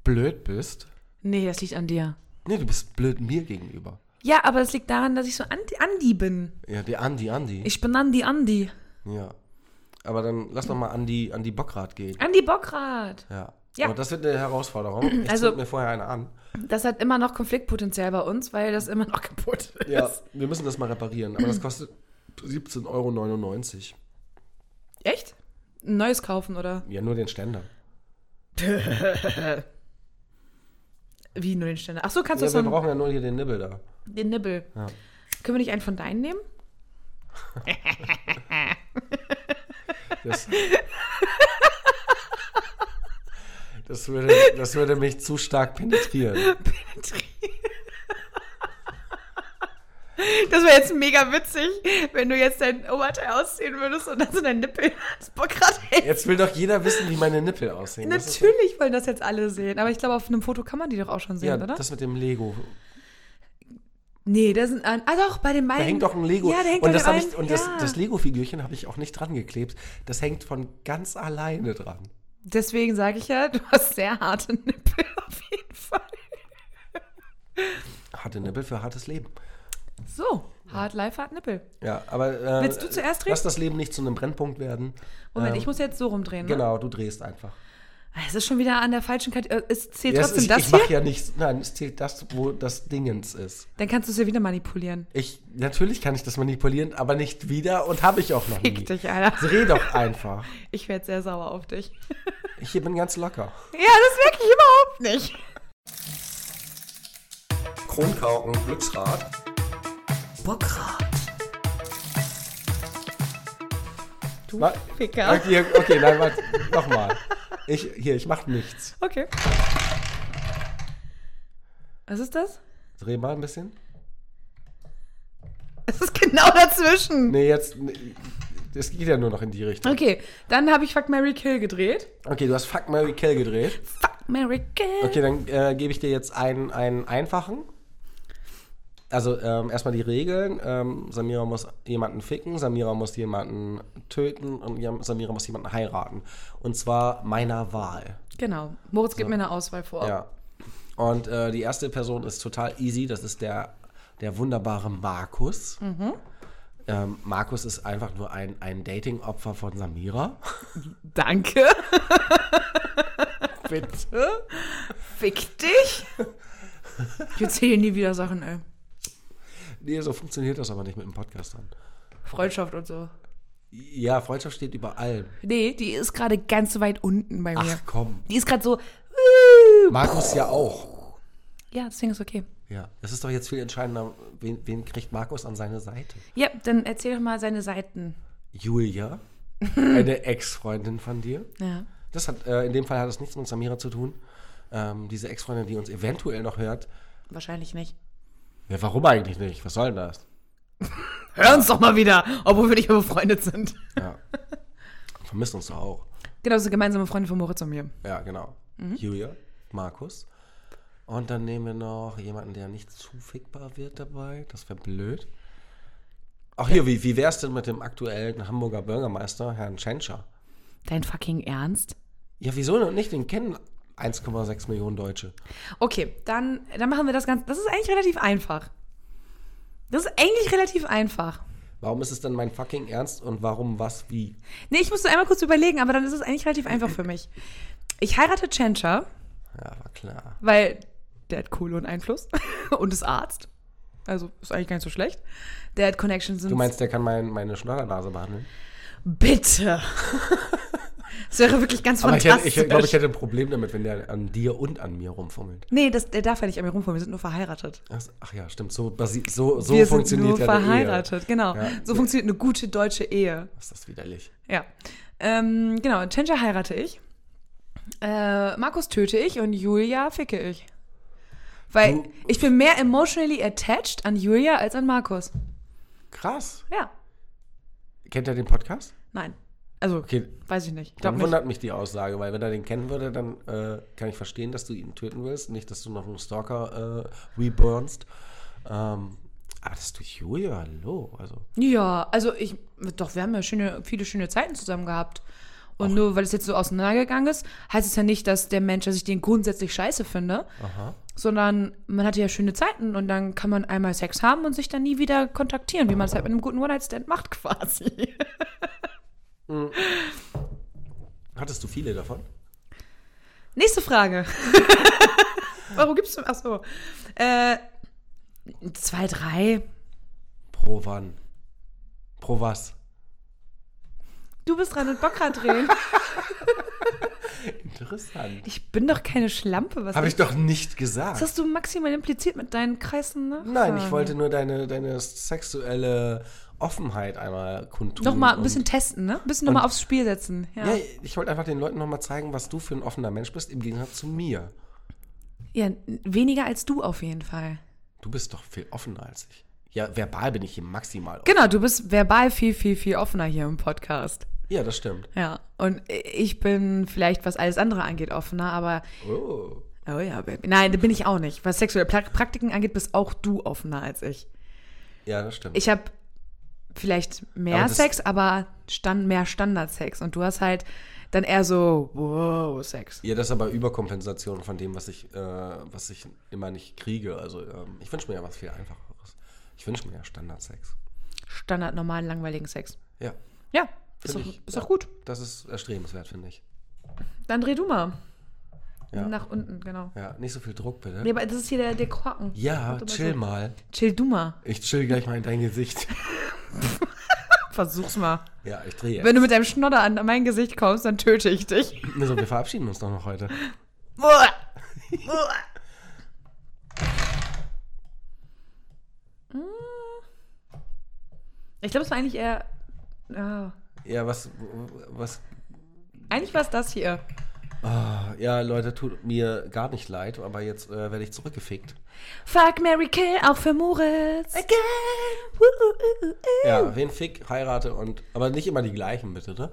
[SPEAKER 4] blöd bist.
[SPEAKER 3] Nee, das liegt an dir.
[SPEAKER 4] Nee, du bist blöd mir gegenüber.
[SPEAKER 3] Ja, aber es liegt daran, dass ich so Andi, Andi bin.
[SPEAKER 4] Ja, die Andi, Andi.
[SPEAKER 3] Ich bin Andi Andi.
[SPEAKER 4] ja. Aber dann lass doch mal Andi, Andi Bockrad gehen.
[SPEAKER 3] Andi Bockrad.
[SPEAKER 4] Ja.
[SPEAKER 3] Ja.
[SPEAKER 4] Aber das wird eine Herausforderung. Ich
[SPEAKER 3] Also-
[SPEAKER 4] zünd mir vorher eine an.
[SPEAKER 3] Das hat immer noch Konfliktpotenzial bei uns, weil das immer noch kaputt ist.
[SPEAKER 4] Ja, wir müssen das mal reparieren. Aber das kostet 17,99 Euro.
[SPEAKER 3] Echt? Ein neues kaufen oder?
[SPEAKER 4] Ja, nur den Ständer.
[SPEAKER 3] Wie nur den Ständer? Ach so, kannst
[SPEAKER 4] Ja,
[SPEAKER 3] du
[SPEAKER 4] wir
[SPEAKER 3] Also so
[SPEAKER 4] brauchen ja nur hier den Nibbel da.
[SPEAKER 3] den Nibbel.
[SPEAKER 4] Ja.
[SPEAKER 3] Können wir nicht einen von deinen nehmen?
[SPEAKER 4] Das, das, würde, das würde mich zu stark penetrieren.
[SPEAKER 3] Das wäre jetzt mega witzig, wenn du jetzt dein Oberteil ausziehen würdest und dann so dein Nippel das Bockrad hält.
[SPEAKER 4] Jetzt will doch jeder wissen, wie meine Nippel aussehen. Das ist-
[SPEAKER 3] Natürlich wollen das jetzt alle sehen, aber ich glaube, auf einem Foto kann man die doch auch schon sehen,
[SPEAKER 4] ja,
[SPEAKER 3] oder?
[SPEAKER 4] das mit dem Lego.
[SPEAKER 3] nee, da sind. Ah, doch, bei dem einen.
[SPEAKER 4] Da hängt doch ein Lego.
[SPEAKER 3] Ja, da hängt
[SPEAKER 4] und
[SPEAKER 3] doch
[SPEAKER 4] das
[SPEAKER 3] der
[SPEAKER 4] hab ich,
[SPEAKER 3] einen-
[SPEAKER 4] und
[SPEAKER 3] ja.
[SPEAKER 4] das, das Lego-Figürchen habe ich auch nicht dran geklebt. Das hängt von ganz alleine dran.
[SPEAKER 3] Deswegen sage ich ja, du hast sehr harte Nippel auf jeden Fall.
[SPEAKER 4] Harte Nippel für hartes Leben.
[SPEAKER 3] So, hard life, hard Nippel.
[SPEAKER 4] Ja, aber äh,
[SPEAKER 3] Willst du zuerst
[SPEAKER 4] lass das Leben nicht zu einem Brennpunkt werden.
[SPEAKER 3] Moment,
[SPEAKER 4] Ähm,
[SPEAKER 3] ich muss jetzt so rumdrehen. Ne?
[SPEAKER 4] Genau, du drehst einfach.
[SPEAKER 3] Ah, Es ist schon wieder an der falschen Kategorie. Äh, Es zählt
[SPEAKER 4] Ja, es
[SPEAKER 3] trotzdem
[SPEAKER 4] ist,
[SPEAKER 3] das
[SPEAKER 4] ich
[SPEAKER 3] hier.
[SPEAKER 4] mache ja nichts. Nein, es zählt das, wo das Dingens ist.
[SPEAKER 3] Dann kannst du es ja wieder manipulieren.
[SPEAKER 4] Ich, natürlich kann ich das manipulieren, aber nicht wieder und habe ich auch noch nie.
[SPEAKER 3] Fick dich, Alter.
[SPEAKER 4] Dreh doch einfach.
[SPEAKER 3] Ich werde sehr sauer auf dich.
[SPEAKER 4] Ich hier bin ganz locker.
[SPEAKER 3] Ja, das merke ich überhaupt nicht.
[SPEAKER 4] Kronkauken, Glücksrad.
[SPEAKER 3] Du
[SPEAKER 4] Ma-
[SPEAKER 3] Ficker.
[SPEAKER 4] Okay, okay nein, warte, nochmal. Ich, hier, ich mache nichts.
[SPEAKER 3] Okay. Was ist das?
[SPEAKER 4] Dreh mal ein bisschen.
[SPEAKER 3] Es ist genau dazwischen.
[SPEAKER 4] Nee, jetzt, nee, das geht ja nur noch in die Richtung.
[SPEAKER 3] Okay, dann habe ich Fuck Mary Kill gedreht.
[SPEAKER 4] Okay, du hast Fuck, Mary Kill gedreht.
[SPEAKER 3] Fuck Mary Kill.
[SPEAKER 4] Okay, dann äh, gebe ich dir jetzt einen, einen einfachen. Also ähm, erstmal die Regeln. Ähm, Samira muss jemanden ficken, Samira muss jemanden töten und jam- Samira muss jemanden heiraten. Und zwar meiner Wahl.
[SPEAKER 3] Genau. Moritz gibt mir eine Auswahl vor.
[SPEAKER 4] Ja. Und äh, die erste Person ist total easy. Das ist der, der wunderbare Markus. Ähm, Markus ist einfach nur ein, ein Dating-Opfer von Samira.
[SPEAKER 3] Danke.
[SPEAKER 4] Bitte?
[SPEAKER 3] Fick dich. Ich erzähle nie wieder Sachen, ey.
[SPEAKER 4] Nee, so funktioniert das aber nicht mit dem Podcast dann.
[SPEAKER 3] Freundschaft und so.
[SPEAKER 4] Ja, Freundschaft steht über allem.
[SPEAKER 3] Nee, die ist gerade ganz weit unten bei mir.
[SPEAKER 4] Ach komm.
[SPEAKER 3] Die ist gerade so.
[SPEAKER 4] Markus ja auch.
[SPEAKER 3] Ja, deswegen ist okay.
[SPEAKER 4] Ja, das ist doch jetzt viel entscheidender, wen, wen kriegt Markus an seine Seite?
[SPEAKER 3] Ja, dann erzähl doch mal seine Seiten.
[SPEAKER 4] Julia, eine Ex-Freundin von dir.
[SPEAKER 3] Ja.
[SPEAKER 4] Das hat, äh, in dem Fall hat das nichts mit Samira zu tun. Ähm, diese Ex-Freundin, die uns eventuell noch hört.
[SPEAKER 3] Wahrscheinlich nicht.
[SPEAKER 4] Ja, warum eigentlich nicht? Was soll denn das?
[SPEAKER 3] Hör uns doch mal wieder, obwohl wir nicht mehr befreundet sind.
[SPEAKER 4] Ja. Vermisst uns doch auch.
[SPEAKER 3] Genau, das ist eine gemeinsame Freundin von Moritz und mir.
[SPEAKER 4] Ja, genau. Julia, Markus. Und dann nehmen wir noch jemanden, der nicht zufickbar wird dabei. Das wäre blöd. Ach hier, wie, wie wär's denn mit dem aktuellen Hamburger Bürgermeister, Herrn Tschentscher?
[SPEAKER 3] Dein fucking Ernst?
[SPEAKER 4] Ja, wieso noch nicht? Den kennen 1,6 Millionen Deutsche.
[SPEAKER 3] Okay, dann, dann machen wir das Ganze. Das ist eigentlich relativ einfach. Das ist eigentlich relativ einfach.
[SPEAKER 4] Warum ist es denn mein fucking Ernst und warum was wie?
[SPEAKER 3] Nee, ich musste einmal kurz überlegen, aber dann ist es eigentlich relativ einfach für mich. Ich heirate Chencha,
[SPEAKER 4] Ja, war klar.
[SPEAKER 3] weil der hat Kohle und Einfluss und ist Arzt. Also ist eigentlich gar nicht so schlecht. Der hat Connections
[SPEAKER 4] Du
[SPEAKER 3] in
[SPEAKER 4] meinst, der kann mein, meine Schnoddernase behandeln?
[SPEAKER 3] Bitte. Das wäre wirklich ganz
[SPEAKER 4] Aber ich, hätte-
[SPEAKER 3] fantastisch.
[SPEAKER 4] ich glaube, ich hätte ein Problem damit, wenn der an dir und an mir rumfummelt.
[SPEAKER 3] nee, das, der darf ja nicht an mir rumfahren. Wir sind nur verheiratet.
[SPEAKER 4] Ach, ach ja, stimmt. So, basi- so, so
[SPEAKER 3] wir
[SPEAKER 4] funktioniert
[SPEAKER 3] sind nur
[SPEAKER 4] ja eine
[SPEAKER 3] verheiratet, genau.
[SPEAKER 4] Ja.
[SPEAKER 3] So funktioniert eine gute deutsche Ehe.
[SPEAKER 4] Ehe. Ist das widerlich.
[SPEAKER 3] Ja. Ähm, genau, Chencha heirate ich. Äh, Markus töte ich und Julia ficke ich. Weil
[SPEAKER 4] Du-
[SPEAKER 3] ich bin mehr emotionally attached an Julia als an Markus.
[SPEAKER 4] Krass.
[SPEAKER 3] Ja.
[SPEAKER 4] Kennt er den Podcast?
[SPEAKER 3] Nein. Also,
[SPEAKER 4] Okay,
[SPEAKER 3] weiß ich nicht. Ich
[SPEAKER 4] dann
[SPEAKER 3] glaube nicht.
[SPEAKER 4] wundert mich die Aussage, weil wenn er den kennen würde, dann äh, kann ich verstehen, dass du ihn töten willst. Nicht, dass du noch einen Stalker äh, reburnst. Ähm, aber das ist durch Julia, hallo. Also,
[SPEAKER 3] Ja, also ich, doch, wir haben ja schöne, viele schöne Zeiten zusammen gehabt. Und nur weil es jetzt so auseinandergegangen ist, heißt es ja nicht, dass der Mensch, dass ich den grundsätzlich scheiße finde,
[SPEAKER 4] aha.
[SPEAKER 3] sondern man hatte ja schöne Zeiten und dann kann man einmal Sex haben und sich dann nie wieder kontaktieren, wie man es halt mit einem guten One-Night-Stand macht quasi.
[SPEAKER 4] Hattest du viele davon?
[SPEAKER 3] Nächste Frage. Warum gibst du. Ach so. Äh, zwei, drei.
[SPEAKER 4] Pro wann? Pro was?
[SPEAKER 3] Du bist dran und Bockrad drehen.
[SPEAKER 4] Interessant.
[SPEAKER 3] Ich bin doch keine Schlampe. Was
[SPEAKER 4] Habe ich doch nicht gesagt.
[SPEAKER 3] Das hast du maximal impliziert mit deinen Kreisen, ne?
[SPEAKER 4] Nein, ich wollte nur deine, deine sexuelle Offenheit einmal kundtun.
[SPEAKER 3] Nochmal ein
[SPEAKER 4] und-
[SPEAKER 3] bisschen testen, ne? Ein bisschen nochmal aufs Spiel setzen. Ja.
[SPEAKER 4] Ja,
[SPEAKER 3] ja.
[SPEAKER 4] ich wollte einfach den Leuten nochmal zeigen, was du für ein offener Mensch bist, im Gegensatz zu mir.
[SPEAKER 3] weniger als du auf jeden Fall.
[SPEAKER 4] Du bist doch viel offener als ich. Ja, verbal bin ich hier maximal offen.
[SPEAKER 3] Genau, du bist verbal viel, viel, viel offener hier im Podcast.
[SPEAKER 4] Ja, das stimmt.
[SPEAKER 3] Ja. Und ich bin vielleicht, was alles andere angeht, offener, aber.
[SPEAKER 4] Oh.
[SPEAKER 3] Oh ja, Baby. Nein, da bin ich auch nicht. Was sexuelle Pra- Praktiken angeht, bist auch du offener als ich.
[SPEAKER 4] Ja, das stimmt.
[SPEAKER 3] ich habe vielleicht mehr
[SPEAKER 4] Aber das-
[SPEAKER 3] Sex, aber stand, mehr Standardsex. Und du hast halt dann eher so, wow, Sex.
[SPEAKER 4] ja, das ist aber Überkompensation von dem, was ich, äh, was ich immer nicht kriege. Also ähm, ich wünsche mir ja was viel einfacheres. Ich wünsche mir ja Standardsex.
[SPEAKER 3] Standard normalen, langweiligen Sex.
[SPEAKER 4] Ja,
[SPEAKER 3] Ja, ist,
[SPEAKER 4] Find
[SPEAKER 3] doch,
[SPEAKER 4] ich,
[SPEAKER 3] ist
[SPEAKER 4] ja.
[SPEAKER 3] doch gut.
[SPEAKER 4] das ist erstrebenswert, finde ich.
[SPEAKER 3] Dann dreh du mal.
[SPEAKER 4] Ja.
[SPEAKER 3] Nach unten, genau.
[SPEAKER 4] Ja, nicht so viel Druck, bitte.
[SPEAKER 3] Nee, aber das ist hier der, der Korken.
[SPEAKER 4] Ja,
[SPEAKER 3] Mach doch mal
[SPEAKER 4] chill
[SPEAKER 3] so.
[SPEAKER 4] mal.
[SPEAKER 3] Chill du mal.
[SPEAKER 4] Ich chill gleich mal in dein Gesicht.
[SPEAKER 3] Versuch's mal.
[SPEAKER 4] Ja, ich drehe.
[SPEAKER 3] Wenn du mit deinem Schnodder an mein Gesicht kommst, dann töte ich dich.
[SPEAKER 4] Also, wir verabschieden uns doch noch heute.
[SPEAKER 3] Uah. Mm. ich glaube, es war eigentlich eher. ja.
[SPEAKER 4] Ja, was, was,
[SPEAKER 3] Eigentlich war es das hier.
[SPEAKER 4] ah, ja, Leute, tut mir gar nicht leid, aber jetzt äh, werde ich zurückgefickt.
[SPEAKER 3] Fuck Mary Kill, auch für Moritz. Again. Uh, uh, uh, uh.
[SPEAKER 4] Ja, wen fick, heirate und, aber nicht immer die gleichen, bitte, ne?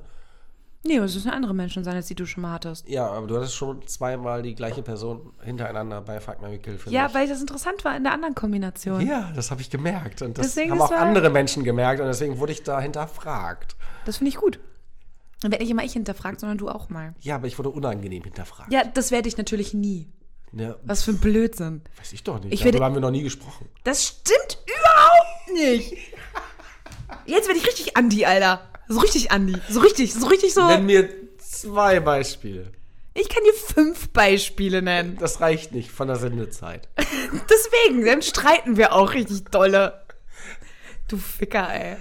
[SPEAKER 3] Nee, es müssen andere Menschen sein, als die du schon mal hattest.
[SPEAKER 4] Ja, aber du hattest schon zweimal die gleiche Person hintereinander bei Fuck Mary Kill für
[SPEAKER 3] Ja,
[SPEAKER 4] mich.
[SPEAKER 3] weil das interessant war in der anderen Kombination.
[SPEAKER 4] ja, das habe ich gemerkt und das
[SPEAKER 3] Deswegen,
[SPEAKER 4] haben
[SPEAKER 3] das
[SPEAKER 4] auch
[SPEAKER 3] war-
[SPEAKER 4] andere Menschen gemerkt und deswegen wurde ich da hinterfragt.
[SPEAKER 3] Das finde ich gut. Dann werde nicht immer ich hinterfragt, sondern du auch mal.
[SPEAKER 4] Ja, aber ich wurde unangenehm hinterfragt.
[SPEAKER 3] Ja, das werde ich natürlich nie.
[SPEAKER 4] Ne,
[SPEAKER 3] Was für ein Blödsinn.
[SPEAKER 4] weiß ich doch nicht.
[SPEAKER 3] Ich
[SPEAKER 4] Darüber
[SPEAKER 3] werde-
[SPEAKER 4] haben wir noch nie gesprochen.
[SPEAKER 3] Das stimmt überhaupt nicht. Jetzt werde ich richtig Andi, Alter. So richtig Andi. So richtig, so richtig so.
[SPEAKER 4] Nenn mir zwei Beispiele.
[SPEAKER 3] Ich kann dir fünf Beispiele nennen.
[SPEAKER 4] Das reicht nicht von der Sendezeit.
[SPEAKER 3] Deswegen, dann streiten wir auch richtig dolle. Du Ficker, ey.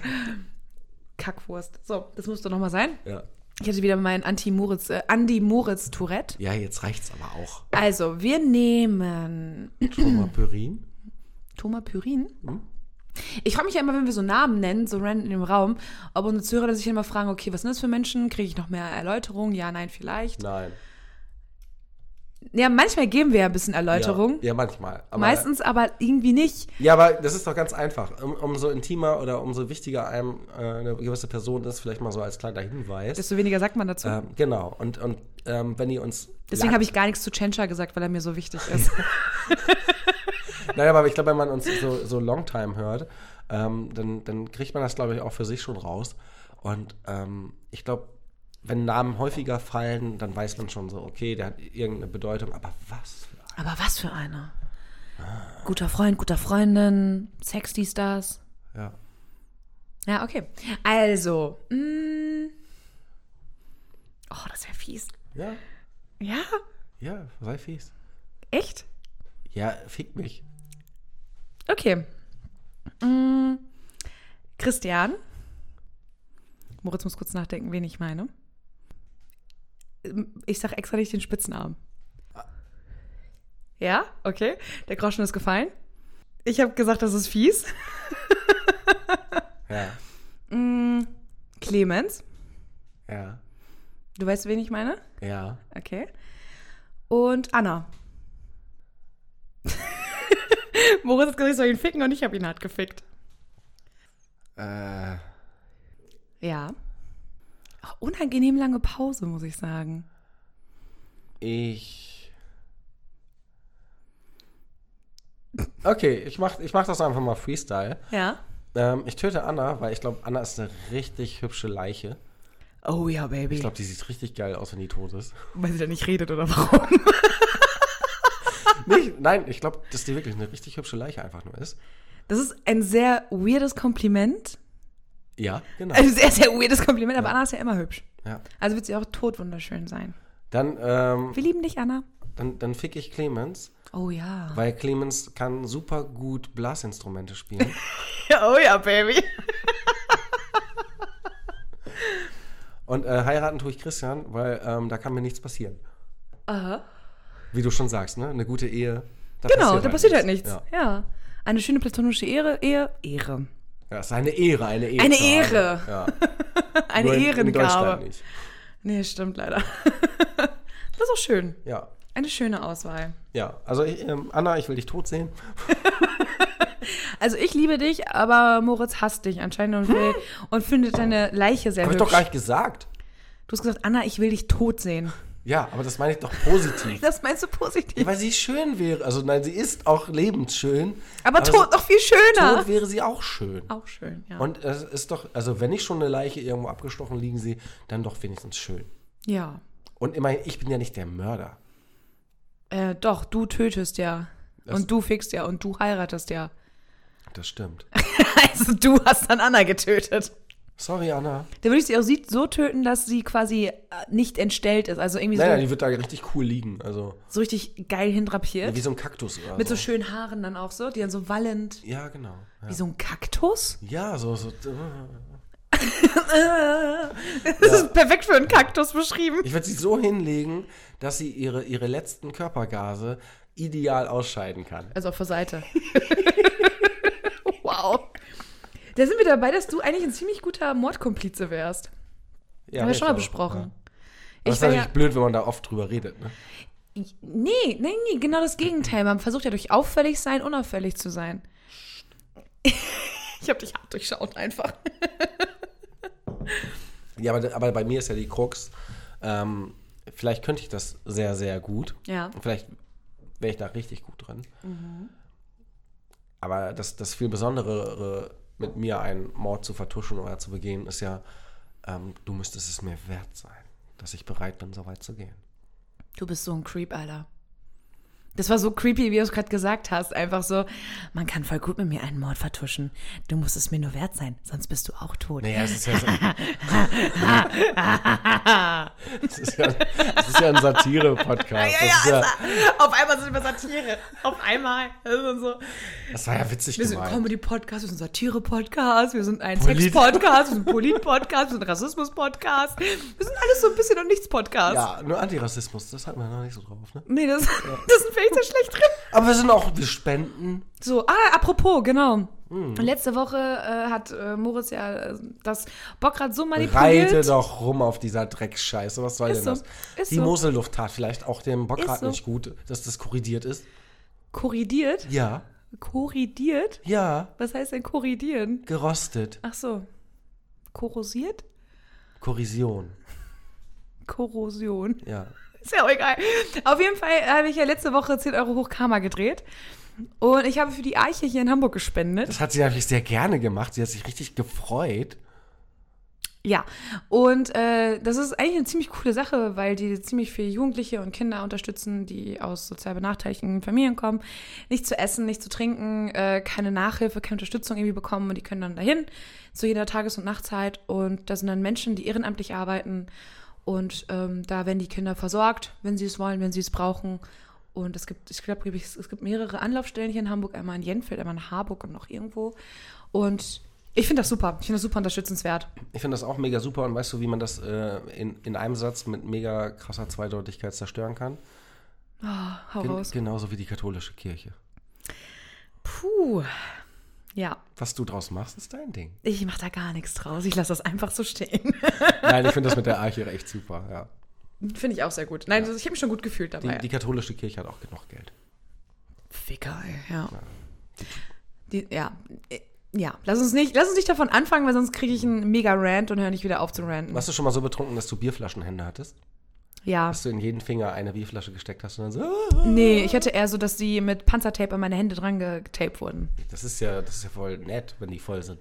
[SPEAKER 3] Kackwurst. So, das musste nochmal sein.
[SPEAKER 4] Ja.
[SPEAKER 3] Ich hatte wieder mein Anti-Moritz, äh, Andi-Moritz-Tourette.
[SPEAKER 4] Ja, jetzt reicht's aber auch.
[SPEAKER 3] Also, wir nehmen
[SPEAKER 4] Schon mal Pyrin?
[SPEAKER 3] Thomas Pyrin.
[SPEAKER 4] Mhm.
[SPEAKER 3] Ich frage mich ja immer, wenn wir so Namen nennen, so random in dem Raum, ob unsere Zuhörer dann sich immer fragen, okay, was sind das für Menschen? Kriege ich noch mehr Erläuterungen? Ja, nein, vielleicht.
[SPEAKER 4] Nein.
[SPEAKER 3] Ja, manchmal geben wir ja ein bisschen Erläuterung.
[SPEAKER 4] Ja, ja manchmal. Aber,
[SPEAKER 3] Meistens aber irgendwie nicht.
[SPEAKER 4] Ja, aber das ist doch ganz einfach. Um, umso intimer oder umso wichtiger einem äh, eine gewisse Person ist, vielleicht mal so als kleiner Hinweis.
[SPEAKER 3] Desto weniger sagt man dazu.
[SPEAKER 4] ähm, genau. Und, und ähm, wenn ihr uns.
[SPEAKER 3] Deswegen habe ich gar nichts zu Chencha gesagt, weil er mir so wichtig ist.
[SPEAKER 4] Naja, aber ich glaube, wenn man uns so, so Longtime hört, ähm, dann, dann kriegt man das, glaube ich, auch für sich schon raus. Und ähm, ich glaube, wenn Namen häufiger fallen, dann weiß man schon so, okay, der hat irgendeine Bedeutung. Aber was? für ein-
[SPEAKER 3] aber was für eine.
[SPEAKER 4] Ah.
[SPEAKER 3] Guter Freund, guter Freundin, Sexy Stars.
[SPEAKER 4] Ja.
[SPEAKER 3] Ja, okay. Also, mh. Oh, das wäre fies.
[SPEAKER 4] Ja,
[SPEAKER 3] Ja?
[SPEAKER 4] ja, sei fies.
[SPEAKER 3] Echt?
[SPEAKER 4] Ja, fick mich.
[SPEAKER 3] Okay. Mm, Christian. Moritz muss kurz nachdenken, wen ich meine. Ähm, Ich sag extra nicht den Spitznamen. Ja, okay. Der Groschen ist gefallen. Ich habe gesagt, das ist fies.
[SPEAKER 4] Ja,
[SPEAKER 3] Mm, Clemens.
[SPEAKER 4] ja,
[SPEAKER 3] Du weißt, wen ich meine?
[SPEAKER 4] ja.
[SPEAKER 3] Okay. Und Anna. Moritz hat gesagt, ich soll ihn ficken und ich habe ihn hart gefickt.
[SPEAKER 4] Äh,
[SPEAKER 3] Ja. Ach, Oh, unangenehm lange Pause, muss ich sagen.
[SPEAKER 4] ich. Okay, ich mach, ich mach das einfach mal Freestyle.
[SPEAKER 3] Ja.
[SPEAKER 4] Ähm, ich töte Anna, weil ich glaube, Anna ist eine richtig hübsche Leiche.
[SPEAKER 3] Oh ja, Baby.
[SPEAKER 4] Ich glaube, die sieht richtig geil aus, wenn die tot ist.
[SPEAKER 3] Weil sie da nicht redet oder warum.
[SPEAKER 4] Nicht, nein, ich glaube, dass die wirklich eine richtig hübsche Leiche einfach nur ist.
[SPEAKER 3] Das ist ein sehr weirdes Kompliment.
[SPEAKER 4] Ja, genau.
[SPEAKER 3] Ein sehr, sehr weirdes Kompliment, aber Anna ist ja immer hübsch.
[SPEAKER 4] Ja.
[SPEAKER 3] Also wird sie auch tot wunderschön sein.
[SPEAKER 4] Dann, ähm,
[SPEAKER 3] Wir lieben dich, Anna.
[SPEAKER 4] dann, dann fick ich Clemens,
[SPEAKER 3] Oh ja.
[SPEAKER 4] weil Clemens kann super gut Blasinstrumente spielen.
[SPEAKER 3] ja oh ja, Baby.
[SPEAKER 4] Und äh, heiraten tue ich Christian, weil ähm, da kann mir nichts passieren.
[SPEAKER 3] Aha.
[SPEAKER 4] Wie du schon sagst, ne? Eine gute Ehe. da
[SPEAKER 3] Genau, da passiert halt nichts.
[SPEAKER 4] Ja.
[SPEAKER 3] Ja. Eine schöne platonische Ehre, Ehe, Ehre.
[SPEAKER 4] Ja, ist eine Ehre, eine Ehre.
[SPEAKER 3] Eine
[SPEAKER 4] zu haben.
[SPEAKER 3] Ehre.
[SPEAKER 4] Ja.
[SPEAKER 3] Eine
[SPEAKER 4] Nur in- in Deutschland
[SPEAKER 3] Ehrengabe.
[SPEAKER 4] nicht.
[SPEAKER 3] nee, stimmt leider. das ist auch schön.
[SPEAKER 4] Ja,
[SPEAKER 3] Eine schöne Auswahl.
[SPEAKER 4] ja. Also ich, ähm, Anna, ich will dich tot sehen.
[SPEAKER 3] Also ich liebe dich, aber Moritz hasst dich anscheinend und, will, und findet deine Leiche sehr
[SPEAKER 4] Habe Hm. ich
[SPEAKER 3] hübsch.
[SPEAKER 4] doch gar nicht gesagt.
[SPEAKER 3] Du hast gesagt, Anna, ich will dich tot sehen.
[SPEAKER 4] Ja, aber das meine ich doch positiv.
[SPEAKER 3] Das meinst du
[SPEAKER 4] Ja,
[SPEAKER 3] positiv.
[SPEAKER 4] weil sie schön wäre. Also nein, sie ist auch lebensschön.
[SPEAKER 3] Aber
[SPEAKER 4] Also,
[SPEAKER 3] tot noch viel schöner.
[SPEAKER 4] tot wäre sie auch schön.
[SPEAKER 3] Auch schön, ja.
[SPEAKER 4] Und es ist doch, also wenn ich schon eine Leiche irgendwo abgestochen liegen sehe, dann doch wenigstens schön.
[SPEAKER 3] ja.
[SPEAKER 4] Und immerhin, ich bin ja nicht der Mörder.
[SPEAKER 3] Äh, doch, du tötest ja. Und du fickst ja und du heiratest ja.
[SPEAKER 4] Das stimmt.
[SPEAKER 3] Also du hast dann Anna getötet.
[SPEAKER 4] Sorry, Anna.
[SPEAKER 3] Da würde ich sie auch sie- so töten, dass sie quasi äh, nicht entstellt ist. Also irgendwie
[SPEAKER 4] Naja, die
[SPEAKER 3] so,
[SPEAKER 4] wird da richtig cool liegen. Also
[SPEAKER 3] so richtig geil hindrapiert.
[SPEAKER 4] wie so ein Kaktus oder
[SPEAKER 3] mit so
[SPEAKER 4] so.
[SPEAKER 3] schönen Haaren dann auch so, die dann so wallend.
[SPEAKER 4] ja, genau. Ja,
[SPEAKER 3] Wie so ein Kaktus?
[SPEAKER 4] ja so, so.
[SPEAKER 3] Das ist perfekt für einen Kaktus beschrieben.
[SPEAKER 4] Ich würde sie so hinlegen, dass sie ihre, ihre letzten Körpergase ideal ausscheiden kann.
[SPEAKER 3] Also auf der Seite. wow. Da sind wir dabei, dass du eigentlich ein ziemlich guter Mordkomplize wärst.
[SPEAKER 4] Ja,
[SPEAKER 3] Haben wir
[SPEAKER 4] ich
[SPEAKER 3] schon mal
[SPEAKER 4] glaube,
[SPEAKER 3] besprochen.
[SPEAKER 4] Ja. Das
[SPEAKER 3] Ich
[SPEAKER 4] ist
[SPEAKER 3] wäre
[SPEAKER 4] natürlich
[SPEAKER 3] ja,
[SPEAKER 4] blöd, wenn man da oft drüber redet. Ne?
[SPEAKER 3] nee, nee, nee, genau das Gegenteil. Man versucht ja durch auffällig sein, unauffällig zu sein. ich habe dich hart durchschaut einfach.
[SPEAKER 4] Ja, aber, aber bei mir ist ja die Krux, ähm, vielleicht könnte ich das sehr, sehr gut.
[SPEAKER 3] Ja.
[SPEAKER 4] Und Vielleicht wäre ich da richtig gut drin.
[SPEAKER 3] Mhm.
[SPEAKER 4] Aber das, das viel Besondere mit mir, einen Mord zu vertuschen oder zu begehen, ist ja, ähm, du müsstest es mir wert sein, dass ich bereit bin, so weit zu gehen.
[SPEAKER 3] Du bist so ein Creep, Alter. Das war so creepy, wie du es gerade gesagt hast. Einfach so, man kann voll gut mit mir einen Mord vertuschen. Du musst es mir nur wert sein, sonst bist du auch tot.
[SPEAKER 4] Naja, es ist ja, so, es ist ja, es ist ja ein Satire-Podcast.
[SPEAKER 3] Ja,
[SPEAKER 4] Das, ist
[SPEAKER 3] ja,
[SPEAKER 4] ja,
[SPEAKER 3] also, auf einmal sind wir Satire. Auf einmal. Das ist dann so.
[SPEAKER 4] das war ja
[SPEAKER 3] also
[SPEAKER 4] witzig
[SPEAKER 3] Wir sind ein
[SPEAKER 4] gemeint.
[SPEAKER 3] Comedy-Podcast, wir sind ein Satire-Podcast, wir sind ein
[SPEAKER 4] Polit-
[SPEAKER 3] Sex-Podcast, wir sind ein Polit-Podcast, wir sind ein Rassismus-Podcast. Wir sind alles so ein bisschen und nichts Podcast.
[SPEAKER 4] Ja, nur Antirassismus, das hatten wir noch nicht so drauf, ne?
[SPEAKER 3] Nee, das, das sind wir echt so schlecht drin.
[SPEAKER 4] Aber wir sind auch, wir spenden.
[SPEAKER 3] So, ah, apropos, genau.
[SPEAKER 4] Hm.
[SPEAKER 3] Letzte Woche äh, hat äh, Moritz ja äh, das Bockrad so manipuliert.
[SPEAKER 4] Reite doch rum auf dieser Drecksscheiße. Was soll
[SPEAKER 3] Ist
[SPEAKER 4] denn
[SPEAKER 3] so,
[SPEAKER 4] das?
[SPEAKER 3] ist
[SPEAKER 4] Die
[SPEAKER 3] so.
[SPEAKER 4] Moselluft tat vielleicht auch dem Bockrad
[SPEAKER 3] so.
[SPEAKER 4] nicht gut, dass das korridiert ist.
[SPEAKER 3] Korridiert?
[SPEAKER 4] Ja,
[SPEAKER 3] Korridiert?
[SPEAKER 4] ja,
[SPEAKER 3] Was heißt denn korridieren?
[SPEAKER 4] gerostet.
[SPEAKER 3] Ach so. Korrosiert?
[SPEAKER 4] Korrosion.
[SPEAKER 3] Korrosion.
[SPEAKER 4] Ja.
[SPEAKER 3] Ist ja auch egal. Auf jeden Fall habe ich ja letzte Woche 10 Euro hoch Karma gedreht. Und ich habe für die Eiche hier in Hamburg gespendet.
[SPEAKER 4] Das hat sie natürlich sehr gerne gemacht. Sie hat sich richtig gefreut.
[SPEAKER 3] Ja, und äh, das ist eigentlich eine ziemlich coole Sache, weil die ziemlich viele Jugendliche und Kinder unterstützen, die aus sozial benachteiligten Familien kommen, nicht zu essen, nicht zu trinken, äh, keine Nachhilfe, keine Unterstützung irgendwie bekommen und die können dann dahin zu jeder Tages- und Nachtzeit und da sind dann Menschen, die ehrenamtlich arbeiten und ähm, da werden die Kinder versorgt, wenn sie es wollen, wenn sie es brauchen. Und es gibt, ich glaube, es es gibt mehrere Anlaufstellen hier in Hamburg, einmal in Jenfeld, einmal in Harburg und noch irgendwo. Und ich finde das super. Ich finde das super unterstützenswert.
[SPEAKER 4] Ich finde das auch mega super und weißt du, wie man das äh, in, in einem Satz mit mega krasser Zweideutigkeit zerstören kann?
[SPEAKER 3] Hau
[SPEAKER 4] Gen
[SPEAKER 3] raus.
[SPEAKER 4] genauso wie die katholische Kirche.
[SPEAKER 3] Puh. Ja,
[SPEAKER 4] Was du draus machst, ist dein Ding.
[SPEAKER 3] ich mache da gar nichts draus. Ich lasse das einfach so stehen.
[SPEAKER 4] Nein, ich finde das mit der Arche echt super, ja.
[SPEAKER 3] Finde ich auch sehr gut. Nein, das- ich habe mich schon gut gefühlt
[SPEAKER 4] Die,
[SPEAKER 3] dabei.
[SPEAKER 4] die katholische Kirche hat auch genug Geld.
[SPEAKER 3] Ficker, ey. Ja. Die, ja. Äh, Ja, lass uns, nicht, lass uns nicht davon anfangen, weil sonst kriege ich einen mega Rant und höre nicht wieder auf zu ranten.
[SPEAKER 4] Warst du schon mal so betrunken, dass du Bierflaschenhände hattest?
[SPEAKER 3] Ja.
[SPEAKER 4] Dass du in jeden Finger eine Bierflasche gesteckt hast und dann so, "Ah,
[SPEAKER 3] Nee, ich hatte eher so, dass die mit Panzertape an meine Hände dran getaped wurden.
[SPEAKER 4] das ist ja, das ist ja voll nett, wenn die voll sind.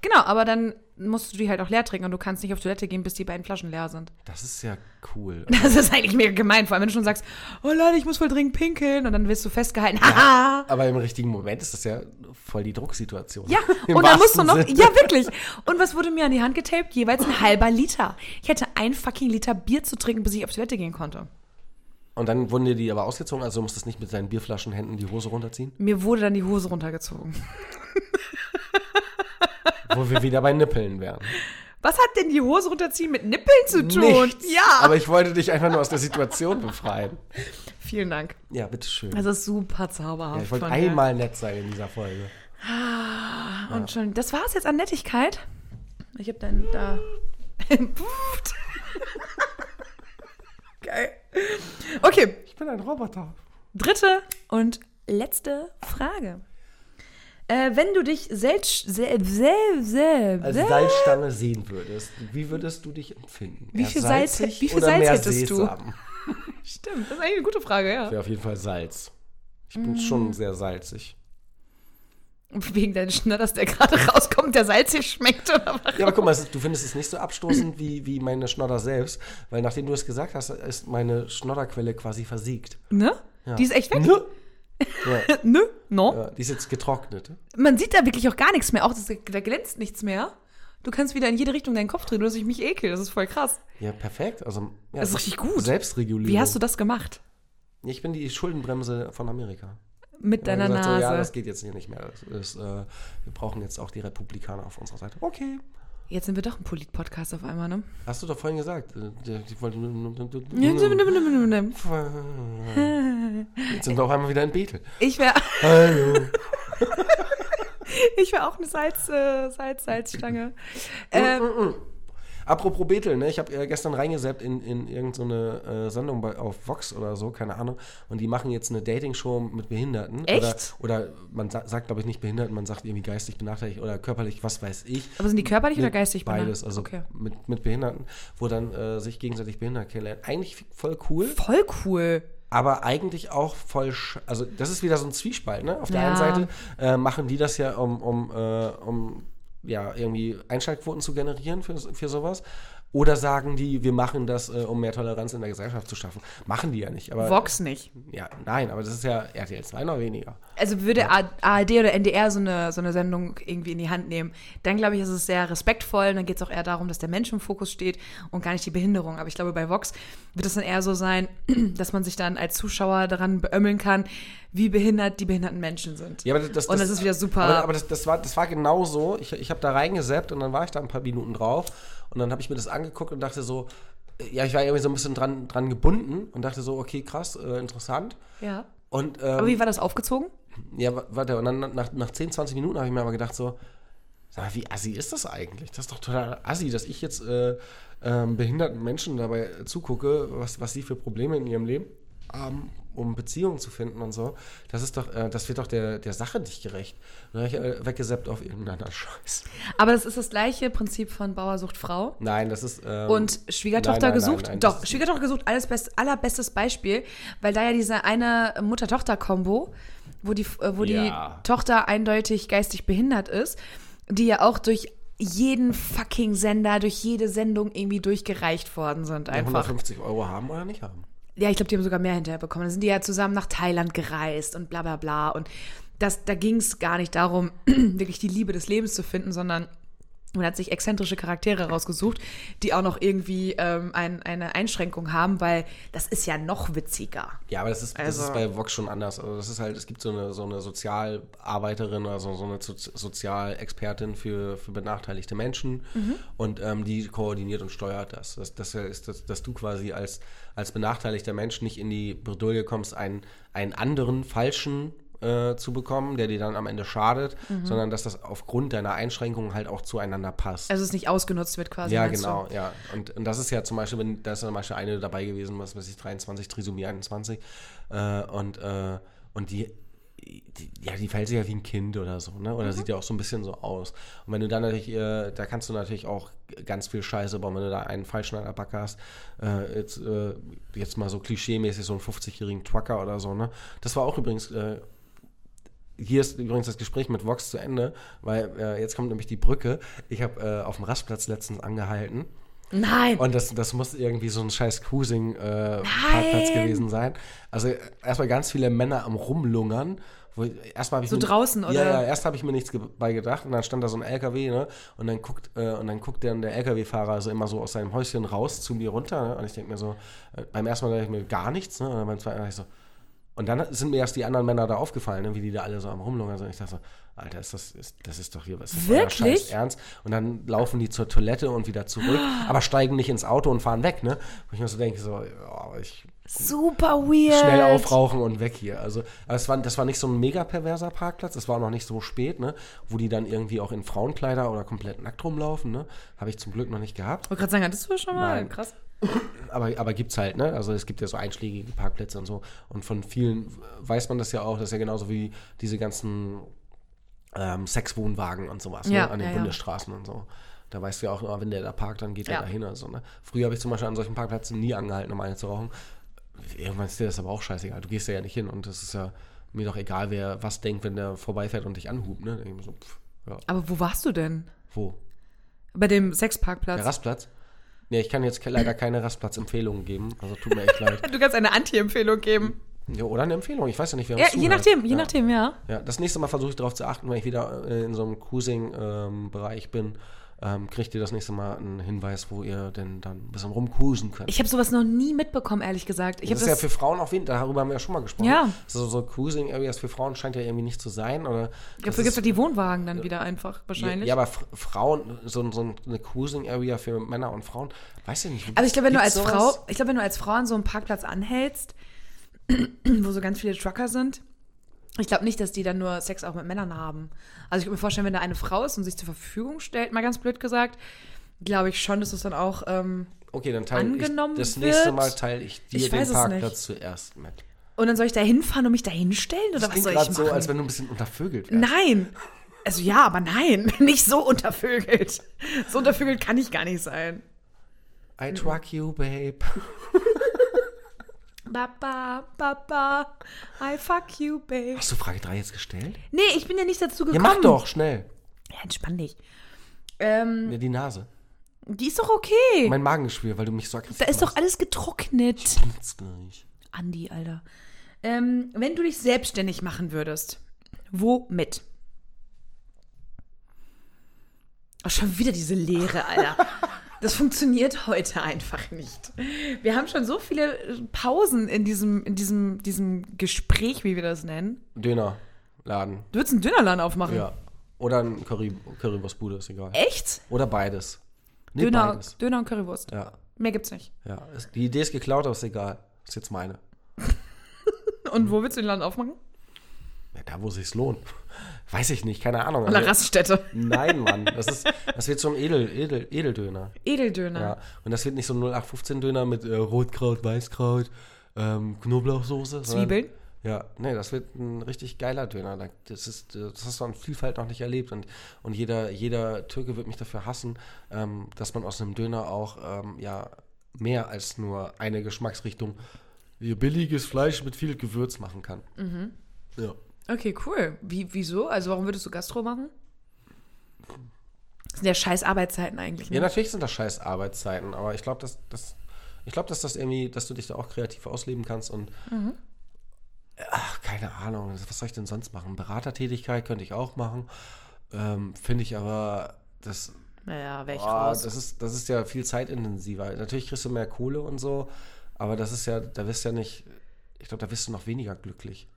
[SPEAKER 3] Genau, aber dann musst du die halt auch leer trinken und du kannst nicht auf Toilette gehen, bis die beiden Flaschen leer sind.
[SPEAKER 4] Das ist ja cool.
[SPEAKER 3] Das ist eigentlich mega gemein, vor allem wenn du schon sagst, oh Leute, ich muss voll dringend pinkeln und dann wirst du festgehalten, haha.
[SPEAKER 4] Aber im richtigen Moment ist das ja voll die Drucksituation.
[SPEAKER 3] Ja,
[SPEAKER 4] Im
[SPEAKER 3] und dann musst du
[SPEAKER 4] wahrsten
[SPEAKER 3] noch.
[SPEAKER 4] Sinne.
[SPEAKER 3] Ja, wirklich. Und was wurde mir an die Hand getaped? Jeweils ein halber Liter. Ich hätte ein fucking Liter Bier zu trinken, bis ich auf Toilette gehen konnte.
[SPEAKER 4] Und dann wurden dir die aber ausgezogen, also du musstest nicht mit deinen Bierflaschenhänden die Hose runterziehen.
[SPEAKER 3] Mir wurde dann die Hose runtergezogen.
[SPEAKER 4] Wo wir wieder bei Nippeln wären.
[SPEAKER 3] Was hat denn die Hose runterziehen mit Nippeln zu tun?
[SPEAKER 4] Nichts.
[SPEAKER 3] Ja.
[SPEAKER 4] Aber ich wollte dich einfach nur aus der Situation befreien.
[SPEAKER 3] Vielen Dank.
[SPEAKER 4] Ja, bitteschön.
[SPEAKER 3] Das ist super
[SPEAKER 4] ja,
[SPEAKER 3] zauberhaft.
[SPEAKER 4] ich wollte
[SPEAKER 3] Also, von dir. Ah,
[SPEAKER 4] einmal nett sein in dieser Folge.
[SPEAKER 3] Und schon. Das war's jetzt an Nettigkeit. Ich hab dann da. Pfft. Geil. Okay.
[SPEAKER 4] Ich bin ein Roboter.
[SPEAKER 3] Dritte und letzte Frage. Äh, wenn du dich selbst, selbst, selbst, selbst,
[SPEAKER 4] Als Salzstange sehen würdest, wie würdest du dich empfinden?
[SPEAKER 3] Wie
[SPEAKER 4] Eher
[SPEAKER 3] viel Salz-
[SPEAKER 4] salzig
[SPEAKER 3] wie viel
[SPEAKER 4] oder
[SPEAKER 3] Salz
[SPEAKER 4] mehr
[SPEAKER 3] hättest du?
[SPEAKER 4] Seesamen?
[SPEAKER 3] stimmt, das ist eigentlich eine gute Frage, ja.
[SPEAKER 4] Ja, auf jeden Fall Salz. Ich bin
[SPEAKER 3] Mm.
[SPEAKER 4] schon sehr salzig.
[SPEAKER 3] Wegen deines Schnatters, der gerade rauskommt, der salzig schmeckt oder was?
[SPEAKER 4] Ja, aber guck mal, es ist- du findest es nicht so abstoßend wie, wie meine Schnodder selbst, weil nachdem du es gesagt hast, ist meine Schnodderquelle quasi versiegt.
[SPEAKER 3] Ne? Die ist echt weg?
[SPEAKER 4] Ne? Ja,
[SPEAKER 3] Ne? No?
[SPEAKER 4] ja, die ist jetzt getrocknet.
[SPEAKER 3] Man sieht da wirklich auch gar nichts mehr, auch das, da glänzt nichts mehr. Du kannst wieder in jede Richtung deinen Kopf drehen, dass ich mich ekel. Das ist voll krass.
[SPEAKER 4] Ja, perfekt. Also, ja,
[SPEAKER 3] Das ist richtig gut.
[SPEAKER 4] Selbstregulierung.
[SPEAKER 3] Wie hast du das gemacht?
[SPEAKER 4] Ich bin die Schuldenbremse von Amerika.
[SPEAKER 3] Mit
[SPEAKER 4] Wir haben
[SPEAKER 3] deiner
[SPEAKER 4] gesagt,
[SPEAKER 3] Nase.
[SPEAKER 4] So, ja, das geht jetzt hier nicht mehr. Das ist, äh, wir brauchen jetzt auch die Republikaner auf unserer Seite. Okay.
[SPEAKER 3] Jetzt sind wir doch ein Polit-Podcast auf einmal, ne?
[SPEAKER 4] Hast du doch vorhin gesagt. äh, die- die wollten-
[SPEAKER 3] Ich
[SPEAKER 4] Jetzt sind wir auf einmal wieder in Bethel.
[SPEAKER 3] wäre.
[SPEAKER 4] Hallo.
[SPEAKER 3] Ich wäre auch eine Salz, äh, Salz, Salzstange. Ähm,
[SPEAKER 4] Apropos Bethel, ne? ich habe äh, gestern reingesäppt in, in irgendeine äh, Sendung bei, auf Vox oder so, keine Ahnung. Und die machen jetzt eine Dating-Show mit Behinderten.
[SPEAKER 3] Echt?
[SPEAKER 4] Oder, oder man sa sagt, glaube ich, nicht Behinderten, man sagt irgendwie geistig benachteiligt oder körperlich, was weiß ich.
[SPEAKER 3] aber sind die körperlich oder
[SPEAKER 4] Mit
[SPEAKER 3] geistig
[SPEAKER 4] Beides,
[SPEAKER 3] benach-
[SPEAKER 4] also
[SPEAKER 3] okay.
[SPEAKER 4] mit, mit Behinderten, wo dann äh, sich gegenseitig Behinderte kennenlernen. Eigentlich voll cool,
[SPEAKER 3] Voll cool.
[SPEAKER 4] aber eigentlich auch voll. Sch also, das ist wieder so ein Zwiespalt, ne? Auf der
[SPEAKER 3] Ja.
[SPEAKER 4] einen Seite äh, machen die das ja, um, um, äh, um ja, irgendwie Einschaltquoten zu generieren für, für sowas. Oder sagen die, wir machen das, äh, um mehr Toleranz in der Gesellschaft zu schaffen. Machen die ja nicht. Aber,
[SPEAKER 3] Vox nicht.
[SPEAKER 4] Ja, nein, aber das ist ja RTL 2 noch weniger.
[SPEAKER 3] Also würde A- ARD oder NDR so eine, so eine Sendung irgendwie in die Hand nehmen, dann glaube ich, ist es sehr respektvoll. Dann geht es auch eher darum, dass der Mensch im Fokus steht und gar nicht die Behinderung. Aber ich glaube, bei Vox wird es dann eher so sein, dass man sich dann als Zuschauer daran beömmeln kann, wie behindert die behinderten Menschen sind.
[SPEAKER 4] Ja, aber das,
[SPEAKER 3] Und das ist wieder super.
[SPEAKER 4] Aber, aber das, das, war, das war genau so. Ich, ich habe da reingesappt und dann war ich da ein paar Minuten drauf. Und dann habe ich mir das angeguckt und dachte so, äh, ja, ich war irgendwie so ein bisschen dran, dran gebunden und dachte so, okay, krass, äh, interessant.
[SPEAKER 3] ja.
[SPEAKER 4] Und,
[SPEAKER 3] Aber
[SPEAKER 4] ähm,
[SPEAKER 3] wie war das aufgezogen?
[SPEAKER 4] ja, wa- warte, und dann nach, nach 10, 20 Minuten habe ich mir aber gedacht, so, sag mal, wie assi ist das eigentlich? Das ist doch total assi, dass ich jetzt äh, ähm, behinderten Menschen dabei zugucke, was, was sie für Probleme in ihrem Leben haben, um Beziehungen zu finden und so. Das ist doch, äh, das wird doch der, der Sache nicht gerecht. Und dann habe ich äh, weggesappt auf irgendeinen anderen Scheiß.
[SPEAKER 3] Aber das ist das gleiche Prinzip von Bauer sucht Frau.
[SPEAKER 4] Nein, das ist. ähm,
[SPEAKER 3] Und Schwiegertochter
[SPEAKER 4] nein, nein,
[SPEAKER 3] gesucht.
[SPEAKER 4] nein, nein, das
[SPEAKER 3] Doch,
[SPEAKER 4] ist-
[SPEAKER 3] Schwiegertochter gesucht, alles best, allerbestes Beispiel, weil da ja diese eine Mutter-Tochter-Kombo, wo, die, äh, wo
[SPEAKER 4] Ja.
[SPEAKER 3] die Tochter eindeutig geistig behindert ist, die ja auch durch jeden fucking Sender, durch jede Sendung irgendwie durchgereicht worden sind
[SPEAKER 4] ja,
[SPEAKER 3] einfach.
[SPEAKER 4] 150 Euro haben oder nicht haben.
[SPEAKER 3] Ja, ich glaube, die haben sogar mehr hinterher bekommen. Dann sind die ja zusammen nach Thailand gereist und bla bla bla. Und das, da ging es gar nicht darum, wirklich die Liebe des Lebens zu finden, sondern man hat sich exzentrische Charaktere rausgesucht, die auch noch irgendwie ähm, ein, eine Einschränkung haben, weil das ist ja noch witziger.
[SPEAKER 4] Ja, aber das ist, das
[SPEAKER 3] Also-
[SPEAKER 4] ist bei Vox schon anders. Also das ist halt, es gibt so eine, so eine Sozialarbeiterin, also so eine Sozi- Sozialexpertin für, für benachteiligte Menschen und ähm, die koordiniert und steuert das. Das, das ist, dass, dass du quasi als, als benachteiligter Mensch nicht in die Bredouille kommst, einen, einen anderen falschen äh, zu bekommen, der dir dann am Ende schadet, sondern dass das aufgrund deiner Einschränkungen halt auch zueinander passt.
[SPEAKER 3] Also es nicht ausgenutzt wird quasi.
[SPEAKER 4] Ja,
[SPEAKER 3] meinst du?
[SPEAKER 4] genau, ja. Und, und das ist ja zum Beispiel, wenn, da ist zum Beispiel eine dabei gewesen, was weiß ich, 23, Trisomie 21. Äh, und äh, und die, die, ja, die verhält sich ja wie ein Kind oder so, ne?
[SPEAKER 3] Mhm.
[SPEAKER 4] Oder sieht ja auch so ein bisschen so aus. Und wenn du dann natürlich, äh, da kannst du natürlich auch ganz viel Scheiße bauen, wenn du da einen falschen an der Backe hast. Äh, jetzt, äh, jetzt mal so klischeemäßig so einen 50-jährigen Twacker oder so, ne? Das war auch übrigens. Äh, hier ist übrigens das Gespräch mit Vox zu Ende, weil äh, jetzt kommt nämlich die Brücke. Ich habe äh, auf dem Rastplatz letztens angehalten
[SPEAKER 3] Nein.
[SPEAKER 4] und das, das muss irgendwie so ein scheiß Cruising-Parkplatz
[SPEAKER 3] Nein.
[SPEAKER 4] gewesen sein. Also äh, erstmal ganz viele Männer am Rumlungern. Wo, ich- erstmal hab ich
[SPEAKER 3] So
[SPEAKER 4] mir-
[SPEAKER 3] draußen, oder?
[SPEAKER 4] Ja, ja, erst habe ich mir nichts ge- bei gedacht und dann stand da so ein LKW, ne? Und dann guckt, äh, und dann guckt dann der LKW-Fahrer so immer so aus seinem Häuschen raus zu mir runter. Ne? Und ich denke mir so, äh, beim ersten Mal dachte ich mir gar nichts, ne? Und dann beim zweiten Mal dachte ich so, und dann sind mir erst die anderen Männer da aufgefallen, ne, wie die da alle so am Rumlungern sind. Ich dachte so, Alter, ist das, ist, das ist doch hier was. ist euer
[SPEAKER 3] Wirklich?
[SPEAKER 4] Scheiß Ernst? Und dann laufen die zur Toilette und wieder zurück, aber steigen nicht ins Auto und fahren weg, ne? Wo ich mir so denke, so, ja, ich
[SPEAKER 3] Super weird.
[SPEAKER 4] schnell aufrauchen und weg hier. Also, aber es war, das war nicht so ein mega perverser Parkplatz, es war auch noch nicht so spät, ne? Wo die dann irgendwie auch in Frauenkleider oder komplett nackt rumlaufen, ne? Habe ich zum Glück noch nicht gehabt.
[SPEAKER 3] Ich wollte gerade sagen, hattest du schon mal?
[SPEAKER 4] Nein.
[SPEAKER 3] Krass.
[SPEAKER 4] Aber, aber gibt's halt, ne? Also es gibt ja so einschlägige Parkplätze und so. Und von vielen weiß man das ja auch, das ist ja genauso wie diese ganzen ähm, Sexwohnwagen und sowas,
[SPEAKER 3] Ja,
[SPEAKER 4] ne? An den
[SPEAKER 3] ja, ja.
[SPEAKER 4] Bundesstraßen und so. Da weißt du ja auch immer, wenn der da parkt, dann geht der
[SPEAKER 3] Ja.
[SPEAKER 4] da hin oder so, ne? Früher habe ich zum Beispiel an solchen Parkplätzen nie angehalten, um eine zu rauchen. Irgendwann ist dir das aber auch scheißegal. Du gehst da ja nicht hin und es ist ja mir doch egal, wer was denkt, wenn der vorbeifährt und dich anhubt, ne? Irgendwie so, pff, ja,
[SPEAKER 3] Aber wo warst du denn?
[SPEAKER 4] wo?
[SPEAKER 3] Bei dem Sexparkplatz.
[SPEAKER 4] Der Rastplatz? Nee, ich kann jetzt ke- leider keine Rastplatzempfehlungen geben, also tut mir echt leid.
[SPEAKER 3] du kannst eine Anti-Empfehlung geben.
[SPEAKER 4] Ja, oder eine Empfehlung, ich weiß ja nicht, wer
[SPEAKER 3] Ja,
[SPEAKER 4] uns
[SPEAKER 3] je
[SPEAKER 4] zuhört.
[SPEAKER 3] nachdem, je
[SPEAKER 4] ja.
[SPEAKER 3] nachdem, ja.
[SPEAKER 4] Ja, das nächste Mal versuche ich darauf zu achten, wenn ich wieder äh, in so einem Cruising-Bereich bin, ähm, kriegt ihr das nächste Mal einen Hinweis, wo ihr denn dann ein bisschen rumcruisen könnt.
[SPEAKER 3] Ich habe sowas noch nie mitbekommen, ehrlich gesagt. Ich
[SPEAKER 4] das
[SPEAKER 3] habe
[SPEAKER 4] ist ja für Frauen auch wenig, darüber haben wir ja schon mal gesprochen.
[SPEAKER 3] Ja.
[SPEAKER 4] So, so Cruising-Areas für Frauen scheint ja irgendwie nicht zu sein. Oder das
[SPEAKER 3] Dafür gibt es
[SPEAKER 4] ist-
[SPEAKER 3] die Wohnwagen dann wieder einfach, wahrscheinlich.
[SPEAKER 4] Ja, aber Fr- Frauen, so, so eine Cruising-Area für Männer und Frauen, weiß ich nicht.
[SPEAKER 3] also ich glaube, wenn du als
[SPEAKER 4] gibt's sowas?
[SPEAKER 3] Frau, ich glaube, wenn du als Frau an so einem Parkplatz anhältst, wo so ganz viele Trucker sind, ich glaube nicht, dass die dann nur Sex auch mit Männern haben. Also ich könnte mir vorstellen, wenn da eine Frau ist und sich zur Verfügung stellt, mal ganz blöd gesagt, glaube ich schon, dass es dann auch. Ähm,
[SPEAKER 4] Okay, dann teile ich,
[SPEAKER 3] angenommen
[SPEAKER 4] das
[SPEAKER 3] wird?
[SPEAKER 4] nächste Mal teile ich dir
[SPEAKER 3] Ich weiß
[SPEAKER 4] den
[SPEAKER 3] es nicht.
[SPEAKER 4] Parkplatz zuerst mit.
[SPEAKER 3] und dann soll ich da hinfahren und mich da hinstellen? Oder
[SPEAKER 4] Das
[SPEAKER 3] was
[SPEAKER 4] klingt
[SPEAKER 3] soll ich
[SPEAKER 4] gerade
[SPEAKER 3] machen?
[SPEAKER 4] so, als wenn du ein bisschen untervögelt wärst.
[SPEAKER 3] Nein. Also ja, aber nein, nicht so untervögelt. So untervögelt kann ich gar nicht sein.
[SPEAKER 4] I truck you, babe.
[SPEAKER 3] Baba, Baba, I fuck you, babe.
[SPEAKER 4] Hast du Frage 3 jetzt gestellt?
[SPEAKER 3] Nee, ich bin ja nicht dazu
[SPEAKER 4] Ja,
[SPEAKER 3] gekommen.
[SPEAKER 4] mach doch, schnell.
[SPEAKER 3] Ja, entspann dich. Ähm,
[SPEAKER 4] Mir die Nase.
[SPEAKER 3] die ist doch okay.
[SPEAKER 4] Mein Magengeschwür, weil du mich so aggressiv
[SPEAKER 3] Da ist doch
[SPEAKER 4] machst.
[SPEAKER 3] alles getrocknet.
[SPEAKER 4] Tut's gleich.
[SPEAKER 3] Andi, Alter. Ähm, wenn du dich selbstständig machen würdest, womit? Oh, schon wieder diese Leere, Alter. Das funktioniert heute einfach nicht. Wir haben schon so viele äh, Pausen in diesem, in diesem, diesem Gespräch, wie wir das nennen.
[SPEAKER 4] Dönerladen,
[SPEAKER 3] Du würdest einen Dönerladen aufmachen.
[SPEAKER 4] ja. Oder ein Curry, Currywurstbude, ist egal.
[SPEAKER 3] Echt?
[SPEAKER 4] Oder beides. Nee,
[SPEAKER 3] Äh? Döner,
[SPEAKER 4] beides.
[SPEAKER 3] Döner und Currywurst.
[SPEAKER 4] Ja,
[SPEAKER 3] Mehr gibt's nicht.
[SPEAKER 4] ja. Ist- Die Idee ist geklaut, aber ist egal. Ist jetzt meine.
[SPEAKER 3] Und wo willst du den Laden aufmachen?
[SPEAKER 4] Ja, da, wo sich's lohnt. Weiß ich nicht, keine Ahnung.
[SPEAKER 3] An der
[SPEAKER 4] Also-
[SPEAKER 3] Raststätte.
[SPEAKER 4] Nein, Mann. Das, ist, das wird so ein Edel, Edel, Edeldöner.
[SPEAKER 3] Edeldöner.
[SPEAKER 4] Ja. Und das wird nicht so ein 0815-Döner mit äh, Rotkraut, Weißkraut, ähm, Knoblauchsoße. sondern-
[SPEAKER 3] Zwiebeln?
[SPEAKER 4] Ja, nee, das wird ein richtig geiler Döner. Da- Das, ist, äh, das hast du an Vielfalt noch nicht erlebt. Und, und jeder, jeder Türke wird mich dafür hassen, ähm, dass man aus einem Döner auch ähm, ja, mehr als nur eine Geschmacksrichtung äh, billiges Fleisch mit viel Gewürz machen kann. Ja.
[SPEAKER 3] Okay, cool. Wie, wieso? Also warum würdest du Gastro machen? Das sind ja scheiß Arbeitszeiten eigentlich. Ne?
[SPEAKER 4] Ja, natürlich sind das scheiß Arbeitszeiten, aber ich glaube, dass, dass, ich glaub, dass das irgendwie, dass du dich da auch kreativ ausleben kannst und ach, keine Ahnung, was soll ich denn sonst machen? Beratertätigkeit könnte ich auch machen. Ähm, Finde ich aber, das,
[SPEAKER 3] naja, wäre ich
[SPEAKER 4] boah,
[SPEAKER 3] raus.
[SPEAKER 4] Ah, das, ist, das ist ja viel zeitintensiver. Natürlich kriegst du mehr Kohle und so, aber das ist ja, da wirst du ja nicht, ich glaube, da wirst du noch weniger glücklich.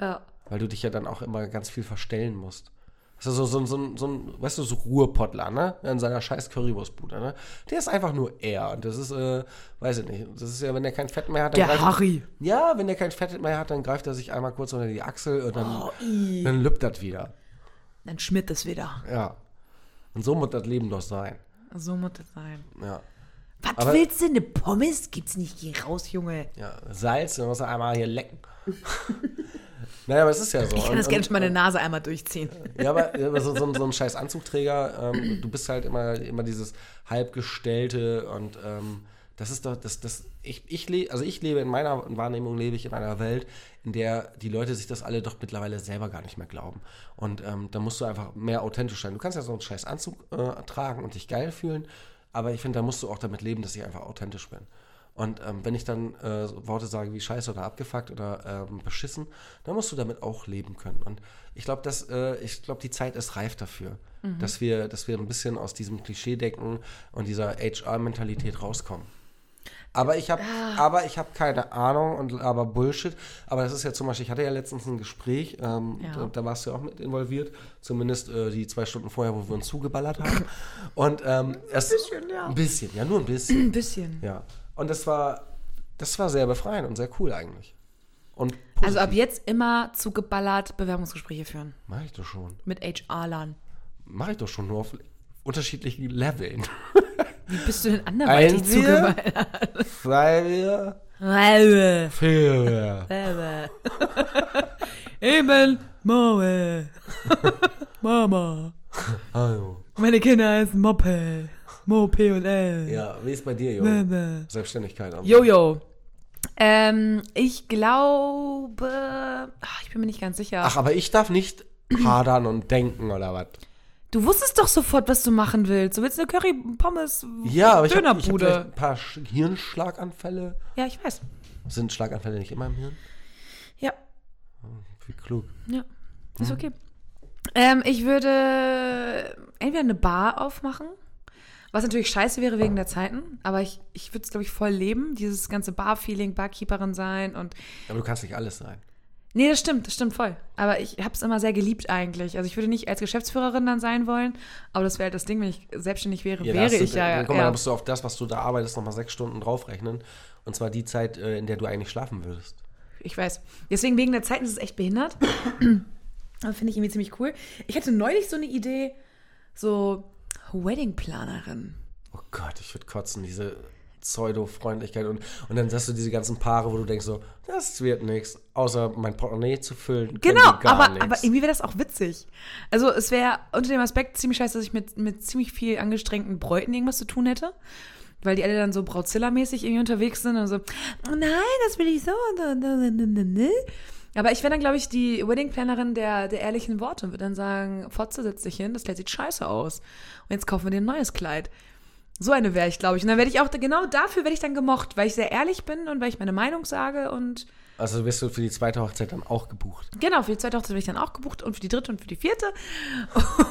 [SPEAKER 3] Ja.
[SPEAKER 4] Weil du dich ja dann auch immer ganz viel verstellen musst. Das ist so, so, so, ein- so ein, weißt du, so Ruhrpottler, ne? In seiner scheiß Currywurstbude, ne? Der ist einfach nur er. Und das ist, äh, weiß ich nicht. Das ist ja, wenn der kein Fett mehr hat,
[SPEAKER 3] Der
[SPEAKER 4] greift-
[SPEAKER 3] Harry.
[SPEAKER 4] Ja, wenn der kein Fett mehr hat, dann greift er sich einmal kurz unter die Achsel und dann,
[SPEAKER 3] Oh, i.
[SPEAKER 4] dann lübt das wieder.
[SPEAKER 3] Dann schmiert es wieder.
[SPEAKER 4] Ja. Und so muss das Leben doch sein.
[SPEAKER 3] So muss das sein.
[SPEAKER 4] Ja.
[SPEAKER 3] Was
[SPEAKER 4] Aber-
[SPEAKER 3] willst du? Eine Pommes gibt's nicht. Geh raus, Junge.
[SPEAKER 4] ja. Salz, dann muss er einmal hier lecken. naja, aber es ist ja so.
[SPEAKER 3] Ich kann
[SPEAKER 4] Und-
[SPEAKER 3] das gerne
[SPEAKER 4] und-
[SPEAKER 3] schon meine Nase einmal durchziehen.
[SPEAKER 4] Ja, aber, ja, aber so, so, ein- so ein scheiß Anzugträger, ähm, du bist halt immer, immer dieses halbgestellte und ähm, das ist doch, das, das, ich, ich lebe, also ich lebe in meiner Wahrnehmung, lebe ich in einer Welt, in der die Leute sich das alle doch mittlerweile selber gar nicht mehr glauben. Und ähm, da musst du einfach mehr authentisch sein. Du kannst ja so einen scheiß Anzug äh, tragen und dich geil fühlen, aber ich finde, da musst du auch damit leben, dass ich einfach authentisch bin. Und ähm, wenn ich dann äh, so Worte sage wie scheiße oder abgefuckt oder ähm, beschissen, dann musst du damit auch leben können. Und ich glaube, dass äh, ich glaube, die Zeit ist reif dafür,
[SPEAKER 3] Mhm.
[SPEAKER 4] dass wir, dass wir ein bisschen aus diesem Klischee-Denken und dieser HR-Mentalität rauskommen. Aber ich habe,
[SPEAKER 3] Ah.
[SPEAKER 4] aber ich habe keine Ahnung und aber Bullshit. Aber das ist ja zum Beispiel, ich hatte ja letztens ein Gespräch, ähm,
[SPEAKER 3] Ja.
[SPEAKER 4] da, da warst du ja auch mit involviert, zumindest äh, die zwei Stunden vorher, wo wir uns zugeballert haben. Und ähm, es, ein
[SPEAKER 3] bisschen, ja.
[SPEAKER 4] ein bisschen, ja, nur ein bisschen.
[SPEAKER 3] Ein bisschen.
[SPEAKER 4] Ja. Und das war, das war sehr befreiend und sehr cool eigentlich. Und
[SPEAKER 3] Also ab
[SPEAKER 4] positiv.
[SPEAKER 3] jetzt immer zugeballert Bewerbungsgespräche führen.
[SPEAKER 4] Mach ich doch schon.
[SPEAKER 3] Mit HR-Lern.
[SPEAKER 4] Mach ich doch schon nur auf unterschiedlichen Leveln.
[SPEAKER 3] Wie bist du denn anderweitig
[SPEAKER 4] Ein Bier?
[SPEAKER 3] zugeballert?
[SPEAKER 4] Weil wir Fehler.
[SPEAKER 3] Eben, Maue. Mama.
[SPEAKER 4] Hallo.
[SPEAKER 3] Meine Kinder heißen Moppe. Mo, P und L.
[SPEAKER 4] Ja, wie ist bei dir, Junge?
[SPEAKER 3] Bäh,
[SPEAKER 4] Selbstständigkeit. am-
[SPEAKER 3] bäh. Jojo. Ähm, ich glaube. Ach, ich bin mir nicht ganz sicher.
[SPEAKER 4] Ach, aber ich darf nicht hadern und denken oder was?
[SPEAKER 3] Du wusstest doch sofort, was du machen willst. Du willst eine Curry-Pommes.
[SPEAKER 4] Ja, aber ich habe hab
[SPEAKER 3] Dönerbude.
[SPEAKER 4] vielleicht ein paar Sch- Hirnschlaganfälle.
[SPEAKER 3] ja, ich weiß.
[SPEAKER 4] Sind Schlaganfälle nicht immer im Hirn?
[SPEAKER 3] Ja,
[SPEAKER 4] Wie klug.
[SPEAKER 3] ja. Ist okay. Ähm, ich würde entweder eine Bar aufmachen, was natürlich scheiße wäre wegen der Zeiten, aber ich, ich würde es, glaube ich, voll leben. Dieses ganze Bar-Feeling, Barkeeperin sein und
[SPEAKER 4] Aber du kannst nicht alles sein.
[SPEAKER 3] Nee, das stimmt, das stimmt voll. Aber ich habe es immer sehr geliebt eigentlich. Also ich würde nicht als Geschäftsführerin dann sein wollen, aber das wäre halt das Ding, wenn ich selbstständig wäre,
[SPEAKER 4] Ja, da
[SPEAKER 3] wäre
[SPEAKER 4] hast du-
[SPEAKER 3] ich ja.
[SPEAKER 4] Guck mal,
[SPEAKER 3] ja.
[SPEAKER 4] da musst du auf das, was du da arbeitest, nochmal sechs Stunden draufrechnen. Und zwar die Zeit, äh, in der du eigentlich schlafen würdest.
[SPEAKER 3] Ich weiß. Deswegen wegen der Zeit ist es echt behindert. Aber Finde ich irgendwie ziemlich cool. Ich hatte neulich so eine Idee, so Weddingplanerin.
[SPEAKER 4] Oh Gott, ich würde kotzen, diese Pseudo-Freundlichkeit. Und, und dann hast du diese ganzen Paare, wo du denkst so, das wird nichts. Außer mein Portemonnaie zu füllen. können
[SPEAKER 3] Genau,
[SPEAKER 4] die gar
[SPEAKER 3] aber,
[SPEAKER 4] nix.
[SPEAKER 3] aber irgendwie wäre das auch witzig. Also es wäre unter dem Aspekt ziemlich scheiße, dass ich mit, mit ziemlich viel angestrengten Bräuten irgendwas zu tun hätte. Weil die alle dann so Brautzilla-mäßig irgendwie unterwegs sind und so, oh nein, das will ich so. Aber ich wäre dann, glaube ich, die Wedding-Plannerin der, der ehrlichen Worte und würde dann sagen, Fotze, setz dich hin, das Kleid sieht scheiße aus. Und jetzt kaufen wir dir ein neues Kleid. So eine wäre ich, glaube ich. Und dann werde ich auch, genau dafür werde ich dann gemocht, weil ich sehr ehrlich bin und weil ich meine Meinung sage und
[SPEAKER 4] Also wirst du für die zweite Hochzeit dann auch gebucht.
[SPEAKER 3] Genau, für die zweite Hochzeit bin ich dann auch gebucht und für die dritte und für die vierte.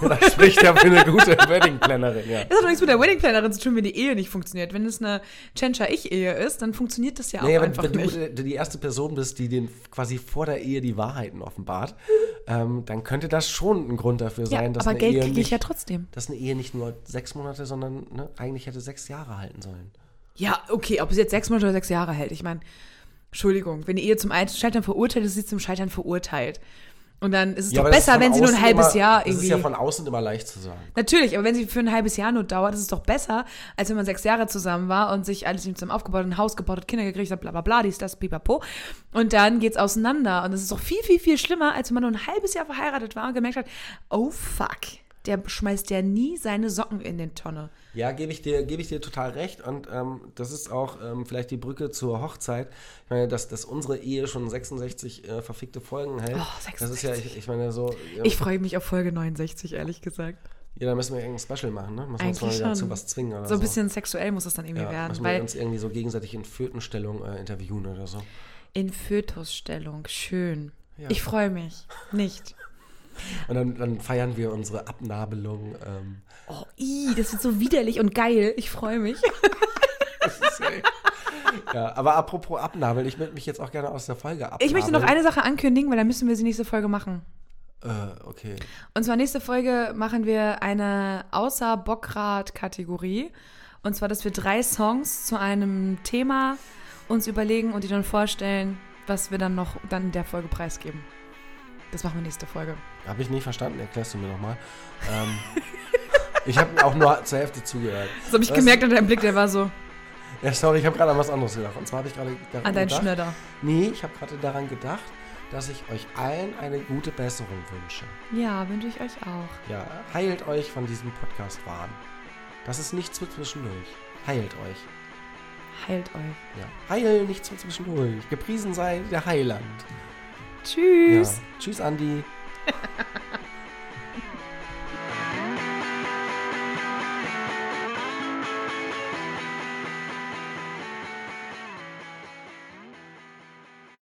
[SPEAKER 4] Das spricht ja für eine gute Wedding-Plannerin, ja.
[SPEAKER 3] Das hat doch nichts mit der Wedding Plannerin zu tun, wenn die Ehe nicht funktioniert. Wenn es eine Chencha-Ich-Ehe ist, dann funktioniert das ja auch
[SPEAKER 4] Naja, wenn,
[SPEAKER 3] einfach
[SPEAKER 4] wenn
[SPEAKER 3] nicht.
[SPEAKER 4] du äh, die erste Person bist, die den quasi vor der Ehe die Wahrheiten offenbart, ähm, dann könnte das schon ein Grund dafür
[SPEAKER 3] Ja,
[SPEAKER 4] sein, dass
[SPEAKER 3] aber
[SPEAKER 4] eine
[SPEAKER 3] Geld
[SPEAKER 4] Ehe
[SPEAKER 3] kriege ich
[SPEAKER 4] nicht,
[SPEAKER 3] ja trotzdem.
[SPEAKER 4] dass eine Ehe nicht nur sechs Monate, sondern ne, eigentlich hätte sechs Jahre halten sollen.
[SPEAKER 3] Ja, okay, ob es jetzt sechs Monate oder sechs Jahre hält. Ich meine, Entschuldigung, wenn die Ehe zum Ein- Scheitern verurteilt ist, ist sie zum Scheitern verurteilt. Und dann ist es doch
[SPEAKER 4] aber das ist
[SPEAKER 3] besser,
[SPEAKER 4] von
[SPEAKER 3] wenn sie nur ein
[SPEAKER 4] außen
[SPEAKER 3] halbes
[SPEAKER 4] immer,
[SPEAKER 3] Jahr
[SPEAKER 4] Das
[SPEAKER 3] irgendwie.
[SPEAKER 4] ist ja von außen immer leicht zu sagen.
[SPEAKER 3] Natürlich, aber wenn sie für ein halbes Jahr nur dauert, ist es doch besser, als wenn man sechs Jahre zusammen war und sich alles zusammen aufgebaut hat, ein Haus gebaut hat, Kinder gekriegt hat, bla bla bla, dies, das, pipapo. Und dann geht's auseinander. Und das ist doch viel, viel, viel schlimmer, als wenn man nur ein halbes Jahr verheiratet war und gemerkt hat, oh fuck, der schmeißt ja nie seine Socken in den Tonne.
[SPEAKER 4] Ja, gebe ich, dir, gebe ich dir total recht. Und ähm, das ist auch ähm, vielleicht die Brücke zur Hochzeit. Ich meine, dass, dass unsere Ehe schon 66 äh, verfickte Folgen hält.
[SPEAKER 3] Oh, 66.
[SPEAKER 4] Das ist ja, ich, ich meine, so. Ja,
[SPEAKER 3] Ich freue mich auf Folge 69, ehrlich gesagt.
[SPEAKER 4] ja, da müssen wir irgendein Special machen, ne? Müssen wir uns mal
[SPEAKER 3] Eigentlich
[SPEAKER 4] wieder zu
[SPEAKER 3] schon.
[SPEAKER 4] was zwingen oder
[SPEAKER 3] So ein
[SPEAKER 4] so.
[SPEAKER 3] bisschen sexuell muss es dann irgendwie
[SPEAKER 4] ja,
[SPEAKER 3] werden,
[SPEAKER 4] Müssen wir
[SPEAKER 3] weil
[SPEAKER 4] uns irgendwie so gegenseitig in Fötenstellung äh, interviewen oder so.
[SPEAKER 3] in Fötusstellung, schön. Ich freue mich. Nicht.
[SPEAKER 4] Und dann, dann feiern wir unsere Abnabelung. Ähm,
[SPEAKER 3] Oh, i, das wird so widerlich und geil. Ich freue mich.
[SPEAKER 4] ja, aber apropos Abnabeln, ich möchte mich jetzt auch gerne aus der Folge abnabeln.
[SPEAKER 3] Ich möchte noch eine Sache ankündigen, weil dann müssen wir sie nächste Folge machen.
[SPEAKER 4] Äh, okay.
[SPEAKER 3] Und zwar nächste Folge machen wir eine außer Bockrad Kategorie und zwar dass wir drei Songs zu einem Thema uns überlegen und die dann vorstellen, was wir dann noch dann in der Folge preisgeben. Das machen wir nächste Folge.
[SPEAKER 4] Habe ich nicht verstanden, erklärst du mir nochmal. Ähm, ich habe auch nur zur Hälfte zugehört.
[SPEAKER 3] Das habe ich
[SPEAKER 4] Was?
[SPEAKER 3] gemerkt an deinem Blick, der war so
[SPEAKER 4] Ja, sorry, ich habe gerade an was anderes gedacht. Und zwar habe ich gerade daran
[SPEAKER 3] an deinen
[SPEAKER 4] gedacht.
[SPEAKER 3] Schnöder.
[SPEAKER 4] Nee, ich habe gerade daran gedacht, dass ich euch allen eine gute Besserung wünsche.
[SPEAKER 3] Ja, wünsche ich euch auch.
[SPEAKER 4] Ja, heilt euch von diesem Podcast-Wahn. Das ist nichts für zwischendurch. Heilt euch.
[SPEAKER 3] Heilt euch.
[SPEAKER 4] Ja. Heil nichts für zwischendurch. Gepriesen sei der Heiland.
[SPEAKER 3] Tschüss.
[SPEAKER 4] Ja. Tschüss, Andi.